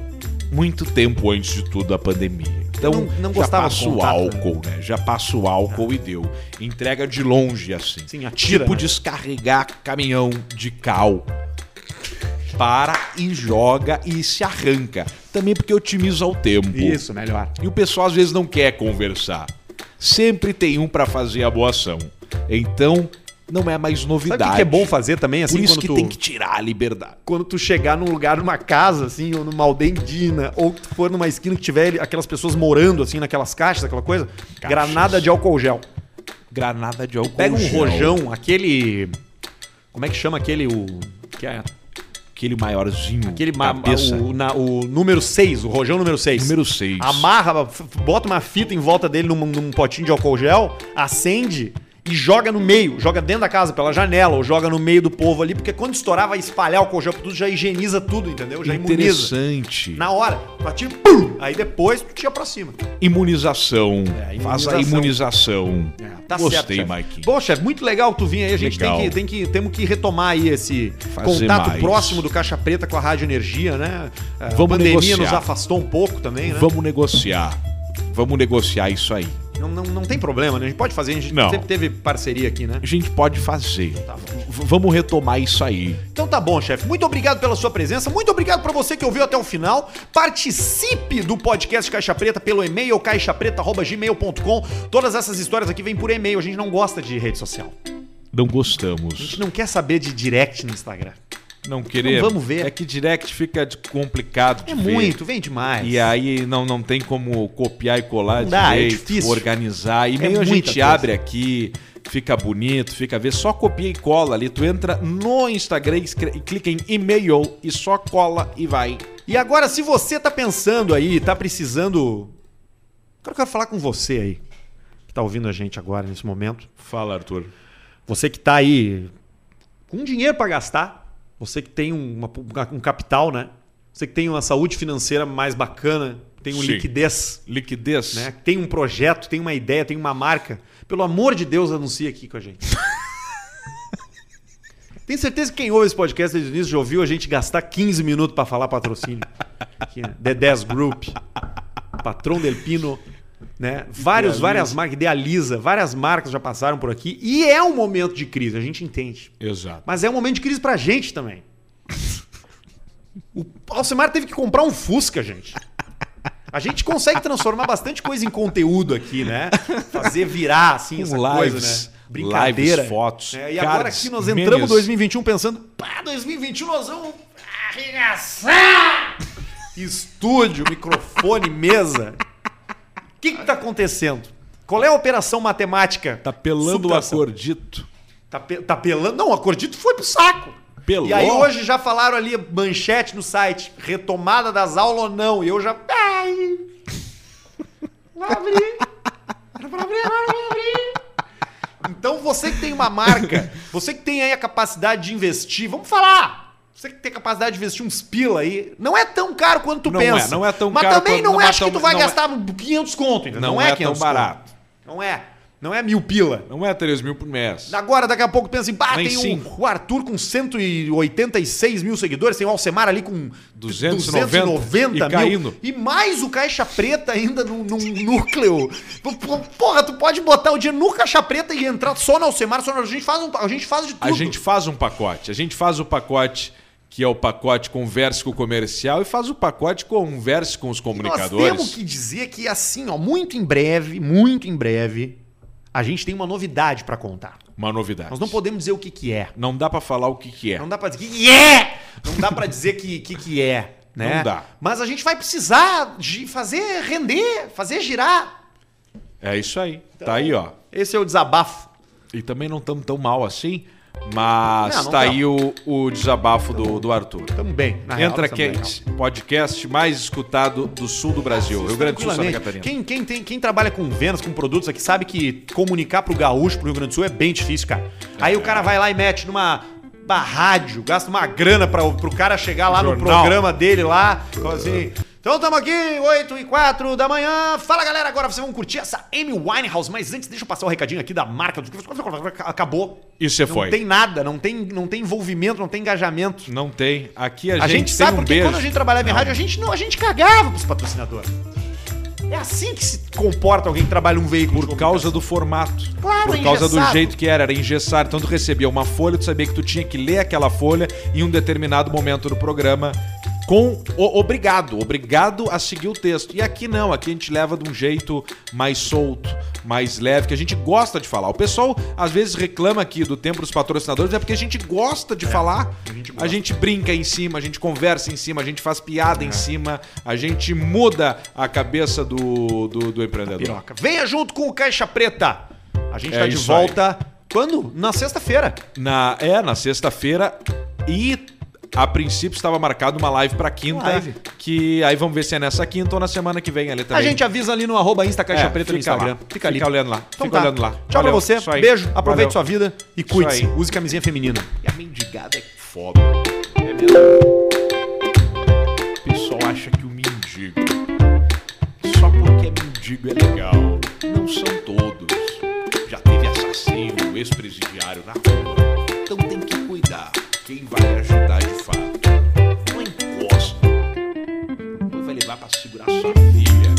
muito tempo antes de tudo da pandemia. Então,
Não- não
já
gostava do
passo o
contato,
álcool, né? Já passo o álcool e deu. Entrega de longe, assim.
Sim, atira,
Tipo
né?
descarregar caminhão de cal. Para e joga e se arranca. Também porque otimiza o tempo.
melhor.
E o pessoal às vezes não quer conversar. Sempre tem um pra fazer a boa ação. Então, não é mais
Sabe
novidade.
o que que é bom fazer também, assim,
Por isso
quando
que
tu...
tem que tirar a liberdade.
Quando tu chegar num lugar, numa casa, assim, ou numa aldeia indígena, ou que tu for numa esquina que tiver aquelas pessoas morando, assim, naquelas caixas, aquela coisa, granada de álcool gel.
Granada de álcool
Pega um
gel.
rojão, aquele... Como é que chama aquele... O... Que é...
Aquele maiorzinho.
Aquele ma- ma-
cabeça.
o, na- o número 6, o rojão número 6.
Número seis.
Amarra, f- f- bota uma fita em volta dele num, num potinho de álcool gel, acende e joga no meio, joga dentro da casa, pela janela, ou joga no meio do povo ali, porque quando estourar vai espalhar álcool gel por tudo, já higieniza tudo, entendeu? Já imuniza.
Tá Interessante.
Na hora, tu atira, pum, aí depois tu tira pra cima.
Imunização.
É,
Faz a imunização. Gostei,
tá chefe.
Mike.
Bom, chefe, muito legal tu vir aí. A gente tem
Legal.
que, tem que, temos que retomar aí esse
Fazer
contato
mais.
próximo do Caixa Preta com a Rádio Energia, né? A
Vamos
pandemia
negociar.
nos afastou um pouco também, né?
Vamos negociar. Vamos negociar isso aí.
Não, não, não tem problema, né? A gente pode fazer, a gente
Não.
sempre teve parceria aqui, né? Tá
A gente pode fazer. V- Vamos retomar isso aí.
Então tá bom, chefe. Muito obrigado pela sua presença. Muito obrigado pra você que ouviu até o final. Participe do podcast Caixa Preta pelo e-mail caixapreta@gmail.com. Todas essas histórias aqui vêm por e-mail. A gente não gosta de rede social.
Não
A gente
gostamos.
não quer saber de direct no Instagram.
Não querer.
Não vamos ver.
É que direct fica de- complicado de
É
ver.
muito, vem demais.
E aí não, não tem como copiar e colar
É Não dá, é
direito,
difícil. É
organizar. E meio a
muita
gente
coisa.
abre aqui, fica bonito, fica ver, só copia e cola ali. Tu entra no Instagram e escre- e clica em e-mail e só cola e vai.
E agora, se você tá pensando aí, tá precisando. Agora eu quero falar com você aí, que tá ouvindo a gente agora nesse momento.
Fala, Arthur.
Você que tá aí com dinheiro pra gastar, você que tem um- uma- um capital, né? Você que tem uma saúde financeira mais bacana, tem um
Sim.
liquidez,
Liquidez.
né? Tem um projeto, tem uma ideia, tem uma marca. Pelo amor de Deus, anuncia aqui com a gente. Tenho certeza que quem ouve esse podcast desde o início já ouviu a gente gastar 15 minutos pra falar patrocínio. Aqui, né? The 10 Group, Patrão Del Pino, né? Vários, várias marcas, idealiza, várias marcas já passaram por aqui. E é um momento de crise, a gente entende.
Exato.
Mas é um momento de crise pra gente também. O Alcemar teve que comprar um Fusca, gente. A gente consegue transformar bastante coisa em conteúdo aqui, né? Fazer virar, assim, essa
Com
coisa,
lives,
né? Brincadeira.
lives, fotos,
É, e agora
cards,
aqui nós entramos em
memes.
2021 pensando, pá, 2021 nós vamos arregaçar! Estúdio, microfone, mesa. O que que tá acontecendo? Qual é a operação matemática?
Tá pelando o
Subtração.
acordito.
Tá, pe- tá pelando. Não, o acordito foi pro saco.
Pelou.
E aí hoje já falaram ali, manchete no site, retomada das aulas ou não. E eu já. Ai! Não abri! Era pra abrir, agora não abri! Então você que tem uma marca, você que tem aí a capacidade de investir, vamos falar! Você que tem capacidade de investir uns pila aí, não é tão caro quanto tu
Não
pensa.
é, não é tão
mas
caro
também
quanto-
não
não,
acho
mas
que tu
tam-
vai
não é-
gastar 500 conto, entendeu?
Não é tão
500
barato.
Não é. Não é mil pila.
Não é 3 mil por mês.
Agora, daqui a pouco, pensa em. Bah,
Nem
tem um,
cinco.
o Arthur com 186 mil seguidores, tem o Alcemar ali com
290
mil.
e caindo.
E mais o Caixa Preta ainda num, num núcleo. Porra, tu pode botar o dinheiro no Caixa Preta e entrar só no Alcemar, só no... A, gente faz um, a gente faz de tudo.
A gente faz um pacote. A gente faz o pacote que é o pacote converse com o comercial e faz o pacote converse com os
Nós
comunicadores.
temos que dizer que, assim, ó, muito em breve, muito em breve, a gente tem uma novidade pra contar.
Uma novidade.
Nós não podemos dizer o que que é.
Não dá pra falar o que que é.
Não dá pra dizer que é! Não dá pra dizer que, que, que é, né?
Não dá.
Mas a gente vai precisar de fazer render, fazer girar.
É isso aí. tá aí, ó.
Esse é o desabafo.
E também não estamos tão mal assim, mas
Não, não
tá
tamo.
aí o, o desabafo do, do Arthur.
Tamo bem. na real, tá
Entra
tamo bem,
Quente, podcast mais escutado do sul do Brasil, Rio Grande do Sul, Santa
Tranquilamente.
Catarina.
Quem, quem, tem, quem trabalha com vendas, com produtos aqui, sabe que comunicar pro gaúcho, pro Rio Grande do Sul é bem difícil, cara. Aí o cara vai lá e mete numa uma rádio, gasta uma grana pra, pro cara chegar lá no
Jornal. É.
programa dele lá, fala assim... Então estamos aqui, 8 e 4 da manhã. Fala galera, agora vocês vão curtir essa Amy Winehouse. Mas antes, deixa eu passar o recadinho aqui da marca. do- Acabou.
E você
não
é foi.
tem nada, não tem, não tem envolvimento, não tem engajamento.
Não tem. Aqui a,
A gente,
gente, tem
sabe
um
porque
beijo.
quando a gente trabalhava em rádio, a gente não, a gente cagava pros patrocinadores. É assim que se comporta alguém que trabalha um veículo. de
Por causa do formato.
Claro,
Por causa do
engessado.
jeito que era, era engessado. Então tu recebia uma folha, tu sabia que tu tinha que ler aquela folha em um determinado momento do programa com o- obrigado, obrigado a seguir o texto. E aqui não, aqui a gente leva de um jeito mais solto, mais leve, que a gente gosta de falar. O pessoal às vezes reclama aqui do tempo dos patrocinadores, é porque a gente gosta de falar. A gente, brinca em cima, a gente conversa em cima, a gente faz piada em cima, a gente muda a cabeça do, do, do empreendedor.
piroca. Venha junto com o Caixa Preta. A gente
É
tá de
isso aí.
volta quando? Na sexta-feira.
Na, é, na sexta-feira e a princípio estava marcado uma live pra quinta,
Live.
que aí vamos ver se é nessa quinta ou na semana que vem ali
A
também.
gente avisa ali no arroba Insta Caixa
É,
Preta no
fica lá.
Instagram.
Fica olhando lá.
Então
Fica
tá.
olhando lá.
Tchau pra
Valeu.
você.
Isso aí.
Beijo. Aproveite
Valeu.
sua vida e cuide-se.
Isso aí.
Use camisinha feminina.
E a mendigada é foda. É mesmo. O pessoal acha que o mendigo, só porque é mendigo é legal. Não são todos. Já teve assassino, ex-presidiário na rua. Então tem que cuidar. Quem vai ajudar de fato? Não encosta. Depois vai levar pra segurar sua filha.